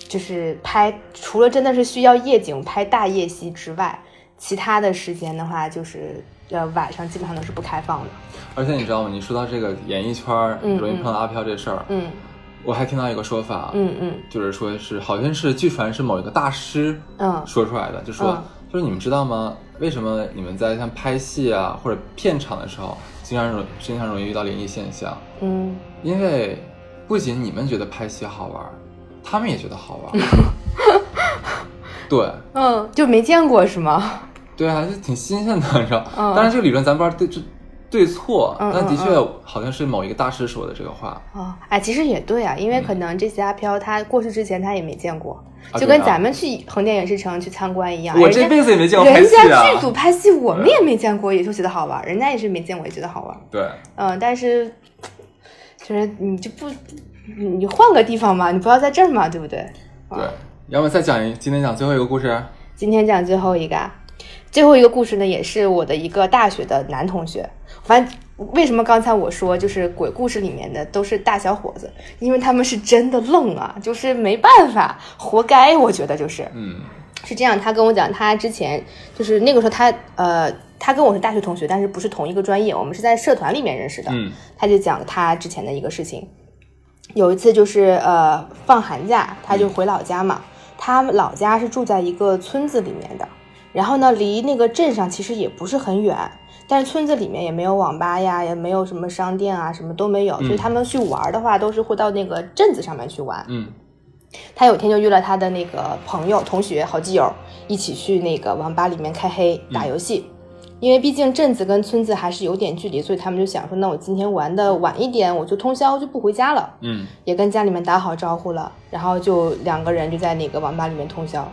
Speaker 2: 就是拍，除了真的是需要夜景拍大夜戏之外，其他的时间的话，就是呃晚上基本上都是不开放的。
Speaker 1: 而且你知道吗？你说到这个演艺圈儿
Speaker 2: 嗯
Speaker 1: 容易碰到阿飘这事儿，
Speaker 2: 嗯
Speaker 1: 我还听到一个说法，
Speaker 2: 嗯嗯
Speaker 1: 就是说是好像是据传是某一个大师
Speaker 2: 嗯
Speaker 1: 说出来的，就说
Speaker 2: 嗯
Speaker 1: 就是你们知道吗？为什么你们在像拍戏啊或者片场的时候，经常容经常容易遇到灵异现象？
Speaker 2: 嗯，
Speaker 1: 因为不仅你们觉得拍戏好玩儿，他们也觉得好玩儿。 对，
Speaker 2: 嗯，就没见过是吗？
Speaker 1: 对啊，就挺新鲜的，你知道。
Speaker 2: 嗯
Speaker 1: 当然，这个理论咱不知道对这对错，
Speaker 2: 嗯
Speaker 1: 但的
Speaker 2: 嗯
Speaker 1: 确好像是某一个大师说的这个话。
Speaker 2: 哦，哎，其实也对啊，因为可能这些阿飘他过去之前他也没见过，
Speaker 1: 啊对
Speaker 2: 就跟
Speaker 1: 啊
Speaker 2: 咱们去横店影视城去参观一样，
Speaker 1: 我
Speaker 2: 哎人
Speaker 1: 这
Speaker 2: 家
Speaker 1: 辈子也没见过拍
Speaker 2: 人
Speaker 1: 戏啊
Speaker 2: 家剧。组拍戏我们也没见过，也就觉得好玩，人家也是没见过也觉得好玩。
Speaker 1: 对，
Speaker 2: 嗯，但是就是你就不，你你换个地方嘛，你不要在这儿嘛，对不对？
Speaker 1: 对。
Speaker 2: 啊
Speaker 1: 要么再讲一，今天讲最后一个故事。啊
Speaker 2: 今天讲最后一个，啊，最后一个故事呢，也是我的一个大学的男同学。反正为什么刚才我说就是鬼故事里面的都是大小伙子，因为他们是真的愣啊，就是没办法，活该，我觉得就是。
Speaker 1: 嗯
Speaker 2: 是这样，他跟我讲，他之前就是那个时候他呃，他跟我是大学同学，但是不是同一个专业，我们是在社团里面认识的。
Speaker 1: 嗯
Speaker 2: 他就讲他之前的一个事情。有一次就是呃放寒假，他就回老家嘛。他们老家是住在一个村子里面的，然后呢，离那个镇上其实也不是很远，但是村子里面也没有网吧呀，也没有什么商店啊，什么都没有，所以他们去玩的话都是会到那个镇子上面去玩。
Speaker 1: 嗯
Speaker 2: 他有一天就约了他的那个朋友、同学、好基友一起去那个网吧里面开黑打游戏，因为毕竟镇子跟村子还是有点距离，所以他们就想说，那我今天玩的晚一点，我就通宵就不回家了，
Speaker 1: 嗯
Speaker 2: 也跟家里面打好招呼了，然后就两个人就在那个网吧里面通宵。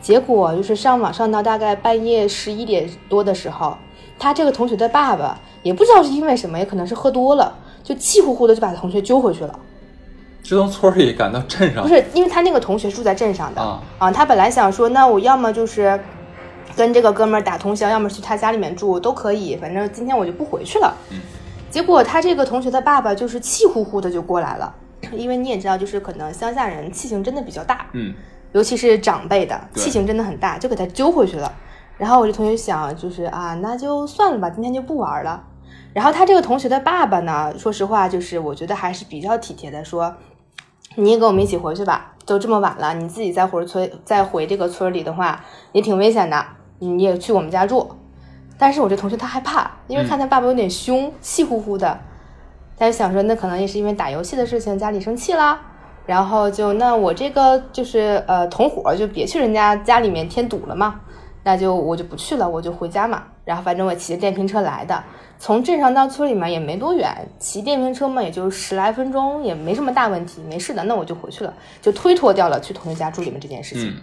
Speaker 2: 结果就是上网上到大概半夜十一点多的时候，他这个同学的爸爸也不知道是因为什么，也可能是喝多了，就气呼呼的就把同学揪回去了。
Speaker 1: 是从村儿里赶到镇上
Speaker 2: 不是，因为他那个同学住在镇上的
Speaker 1: 啊
Speaker 2: 他本来想说，那我要么就是跟这个哥们儿打通宵，要么去他家里面住都可以，反正今天我就不回去了。
Speaker 1: 嗯
Speaker 2: 结果他这个同学的爸爸就是气呼呼的就过来了，因为你也知道，就是可能乡下人气性真的比较大，
Speaker 1: 嗯，
Speaker 2: 尤其是长辈的
Speaker 1: 对
Speaker 2: 气性真的很大，就给他揪回去了。然后我这同学想，就是啊，那就算了吧，今天就不玩了。然后他这个同学的爸爸呢，说实话，就是我觉得还是比较体贴的，说你也跟我们一起回去吧，都这么晚了，你自己再回村再回这个村里的话，也挺危险的，你也去我们家住。但是我这同学他害怕，因为看他爸爸有点凶，气呼呼的，他就想说，那可能也是因为打游戏的事情，家里生气啦。然后就那我这个就是呃同伙就别去人家家里面添堵了嘛，那就我就不去了，我就回家嘛。然后反正我骑着电瓶车来的，从镇上到村里面也没多远，骑电瓶车嘛也就十来分钟，也没什么大问题，没事的，那我就回去了，就推脱掉了去同学家住里面这件事情。
Speaker 1: 嗯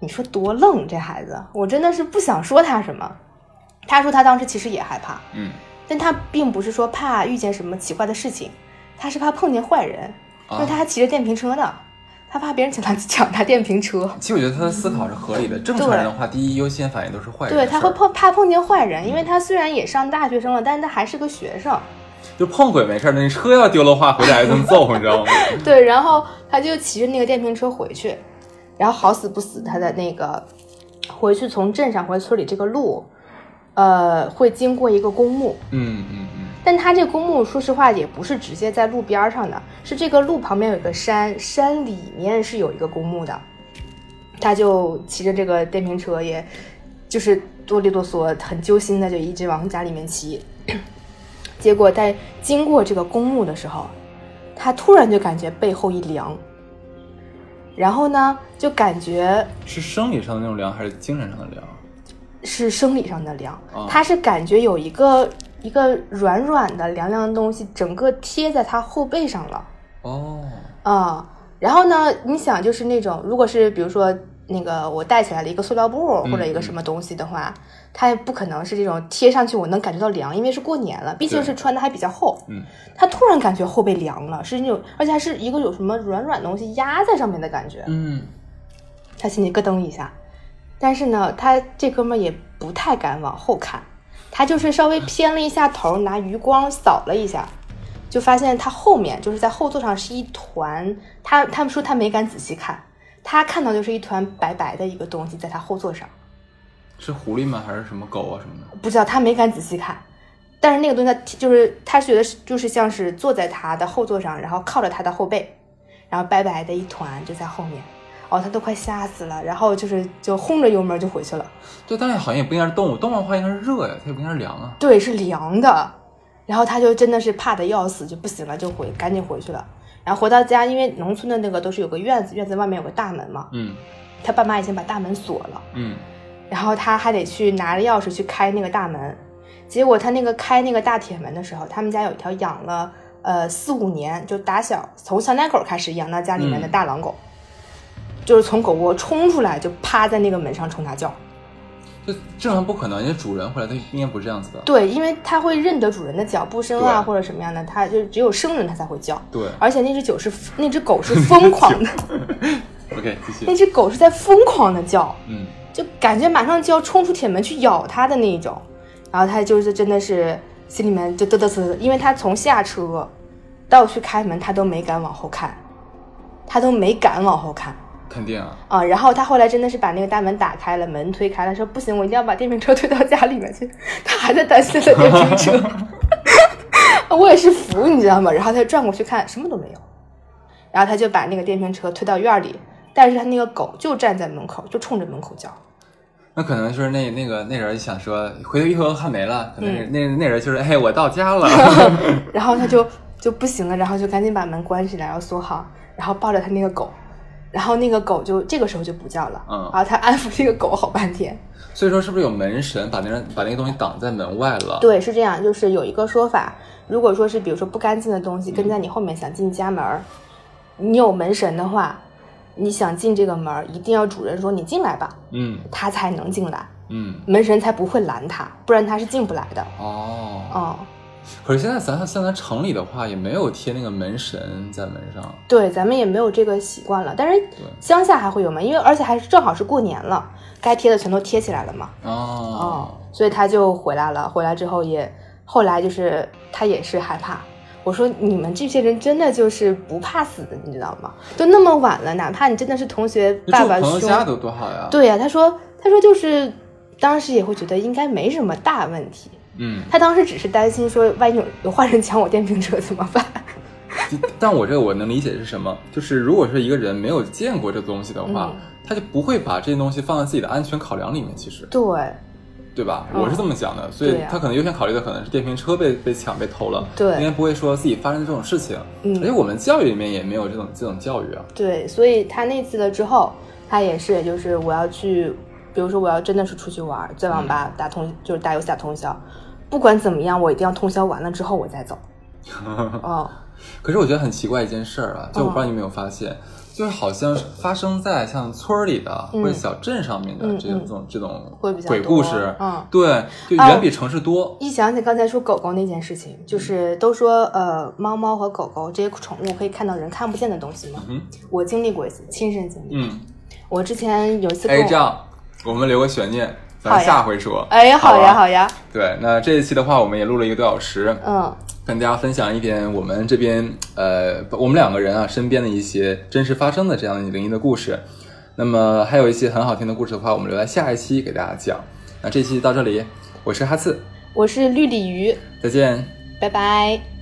Speaker 2: 你说多愣这孩子，我真的是不想说他什么。他说他当时其实也害怕，
Speaker 1: 嗯
Speaker 2: 但他并不是说怕遇见什么奇怪的事情，他是怕碰见坏人，因为他
Speaker 1: 啊。
Speaker 2: 还骑着电瓶车呢，他怕别人抢他 抢他电瓶车。
Speaker 1: 其实我觉得他的思考是合理的。正常人的话，第一优先反应都是坏人的
Speaker 2: 对，
Speaker 1: 事儿，
Speaker 2: 他会碰怕碰见坏人，因为他虽然也上大学生了，但是他还是个学生。
Speaker 1: 就碰鬼没事儿，那你车要丢了话，回来挨顿揍，你知道吗？
Speaker 2: 对，然后他就骑着那个电瓶车回去，然后好死不死，他的那个回去从镇上回村里这个路，呃，会经过一个公墓，
Speaker 1: 嗯嗯嗯
Speaker 2: 但它这公墓，说实话也不是直接在路边儿上的，是这个路旁边有一个山，山里面是有一个公墓的。他就骑着这个电瓶车，也就是哆里哆嗦，很揪心的就一直往家里面骑。结果在经过这个公墓的时候，他突然就感觉背后一凉，然后呢，就感觉
Speaker 1: 是生理上的那种凉还是精神上的凉？
Speaker 2: 是生理上的凉
Speaker 1: 啊，
Speaker 2: 他是感觉有一个一个软软的凉凉的东西，整个贴在他后背上了
Speaker 1: 哦，
Speaker 2: 啊、然后呢，你想就是那种，如果是比如说那个我带起来了一个塑料布
Speaker 1: 嗯
Speaker 2: 或者一个什么东西的话，它也不可能是这种贴上去我能感觉到凉，因为是过年了，毕竟
Speaker 1: 对
Speaker 2: 是穿的还比较厚。
Speaker 1: 嗯，
Speaker 2: 他突然感觉后背凉了，是那种，而且还是一个有什么软软的东西压在上面的感觉。
Speaker 1: 嗯，
Speaker 2: 他心里咯噔一下。但是呢，他这哥们儿也不太敢往后看，他就是稍微偏了一下头，拿余光扫了一下，就发现他后面就是在后座上是一团，他他们说他没敢仔细看，他看到就是一团白白的一个东西在他后座上，
Speaker 1: 是狐狸吗？还是什么狗啊什么的？
Speaker 2: 不知道他没敢仔细看。但是那个东西他，就是他觉得是就是像是坐在他的后座上，然后靠着他的后背，然后白白的一团就在后面，哦，他都快吓死了，然后就是就轰着油门就回去了。
Speaker 1: 对，但是好像也不应该是动物，动物的话应该是热呀，它也不应该是凉啊。
Speaker 2: 对，是凉的。然后他就真的是怕的要死，就不行了，就回赶紧回去了。然后回到家，因为农村的那个都是有个院子，院子外面有个大门嘛，
Speaker 1: 嗯
Speaker 2: 他爸妈已经把大门锁了，
Speaker 1: 嗯，
Speaker 2: 然后他还得去拿着钥匙去开那个大门。结果他那个开那个大铁门的时候，他们家有一条养了呃四五年，就打小从小奶狗开始养到家里面的
Speaker 1: 嗯
Speaker 2: 大狼狗，就是从狗窝冲出来就趴在那个门上冲他叫。
Speaker 1: 就嗯正常不可能，人家主人回来它应该不是这样子的。
Speaker 2: 对，因为它会认得主人的脚步声啊，
Speaker 1: 对
Speaker 2: 或者什么样的，它就只有生人它才会叫。
Speaker 1: 对
Speaker 2: 而且那只狗是那只狗是疯狂的，
Speaker 1: ，OK，继续
Speaker 2: 那。只狗是在疯狂的叫，
Speaker 1: 嗯，
Speaker 2: 就感觉马上就要冲出铁门去咬它的那一种。然后它就是真的是心里面就嘚嘚瑟瑟，因为它从下车到去开门，它都没敢往后看，它都没敢往后看。
Speaker 1: 肯定啊。
Speaker 2: 啊，然后他后来真的是把那个大门打开了，门推开了，说不行，我一定要把电瓶车推到家里面去。他还在担心他的电瓶车， 我也是服，你知道吗？然后他就转过去看，什么都没有。然后他就把那个电瓶车推到院里，但是他那个狗就站在门口，就冲着门口叫。
Speaker 1: 那可能就是那那个那人想说，回头一回头看没了，可能
Speaker 2: 嗯
Speaker 1: 是那那人就是哎，我到家了。
Speaker 2: 然后他就就不行了，然后就赶紧把门关起来，然后锁好，然后抱着他那个狗，然后那个狗就这个时候就不叫了，
Speaker 1: 嗯
Speaker 2: 然后他安抚这个狗好半天。
Speaker 1: 所以说，是不是有门神把那人把那个东西挡在门外了？，
Speaker 2: 对，是这样，就是有一个说法，如果说是比如说不干净的东西跟在你后面想进家门儿，你有门神的话，你想进这个门儿，一定要主人说你进来吧，
Speaker 1: 嗯
Speaker 2: 他才能进来，
Speaker 1: 嗯，
Speaker 2: 门神才不会拦他，不然他是进不来的。
Speaker 1: 哦。
Speaker 2: 哦，
Speaker 1: 可是现在咱像咱城里的话，也没有贴那个门神在门上。
Speaker 2: 对，咱们也没有这个习惯了，但是乡下还会有嘛，因为而且还是正好是过年了，该贴的全都贴起来了嘛。哦
Speaker 1: 哦，，
Speaker 2: 所以他就回来了，回来之后也后来就是他也是害怕。我说你们这些人真的就是不怕死的，你知道吗？都那么晚了，哪怕你真的是同学
Speaker 1: 那
Speaker 2: 爸
Speaker 1: 住
Speaker 2: 爸
Speaker 1: 朋友
Speaker 2: 凶，
Speaker 1: 家多多好呀。，
Speaker 2: 对呀、他说他说就是当时也会觉得应该没什么大问题，
Speaker 1: 嗯，
Speaker 2: 他当时只是担心说万一有有坏人抢我电瓶车怎么办？
Speaker 1: 但我这个我能理解是什么，就是如果是一个人没有见过这东西的话，
Speaker 2: 嗯
Speaker 1: 他就不会把这些东西放在自己的安全考量里面，其实
Speaker 2: 对，
Speaker 1: 对吧？
Speaker 2: 嗯
Speaker 1: 我是这么想的，所以
Speaker 2: 对呀
Speaker 1: 他可能优先考虑的可能是电瓶车被被抢被偷了，
Speaker 2: 对
Speaker 1: 应该不会说自己发生这种事情。哎
Speaker 2: 嗯
Speaker 1: 而且我们教育里面也没有这种这种教育啊。
Speaker 2: 对，所以他那次了之后，他也是，就是我要去，比如说我要真的是出去玩儿，
Speaker 1: 嗯
Speaker 2: 在网吧打通，就是打游戏打通宵，不管怎么样，我一定要通宵完了之后我再 走。哦，
Speaker 1: 可是我觉得很奇怪一件事
Speaker 2: 嗯
Speaker 1: 儿啊，就我不知道你有没有发现，就是好像发生在像村儿里的、
Speaker 2: 嗯
Speaker 1: 或者小镇上面的
Speaker 2: 嗯
Speaker 1: 这种、
Speaker 2: 嗯
Speaker 1: 这种这种
Speaker 2: 会比较
Speaker 1: 鬼故事
Speaker 2: 多，嗯
Speaker 1: 对，就
Speaker 2: 啊
Speaker 1: 远比城市多。
Speaker 2: 一想起刚才说狗狗那件事情，
Speaker 1: 嗯
Speaker 2: 就是都说呃，猫猫和狗狗这些宠物可以看到人看不见的东西吗？
Speaker 1: 嗯
Speaker 2: 我经历过一次，亲身经历。
Speaker 1: 嗯，
Speaker 2: 我之前有一次跟
Speaker 1: 哎，
Speaker 2: 我，
Speaker 1: 这样我们留个悬念，咱
Speaker 2: 好呀
Speaker 1: 下回说。
Speaker 2: 哎，好呀
Speaker 1: 吧
Speaker 2: 好呀，
Speaker 1: 对，那这一期的话，我们也录了一个多小时，
Speaker 2: 嗯
Speaker 1: 跟大家分享一点我们这边呃，我们两个人啊身边的一些真实发生的这样灵异的故事。那么还有一些很好听的故事的话，我们留在下一期给大家讲。那这期到这里，我是哈次，
Speaker 2: 我是绿鲤鱼，
Speaker 1: 再见。
Speaker 2: 拜拜。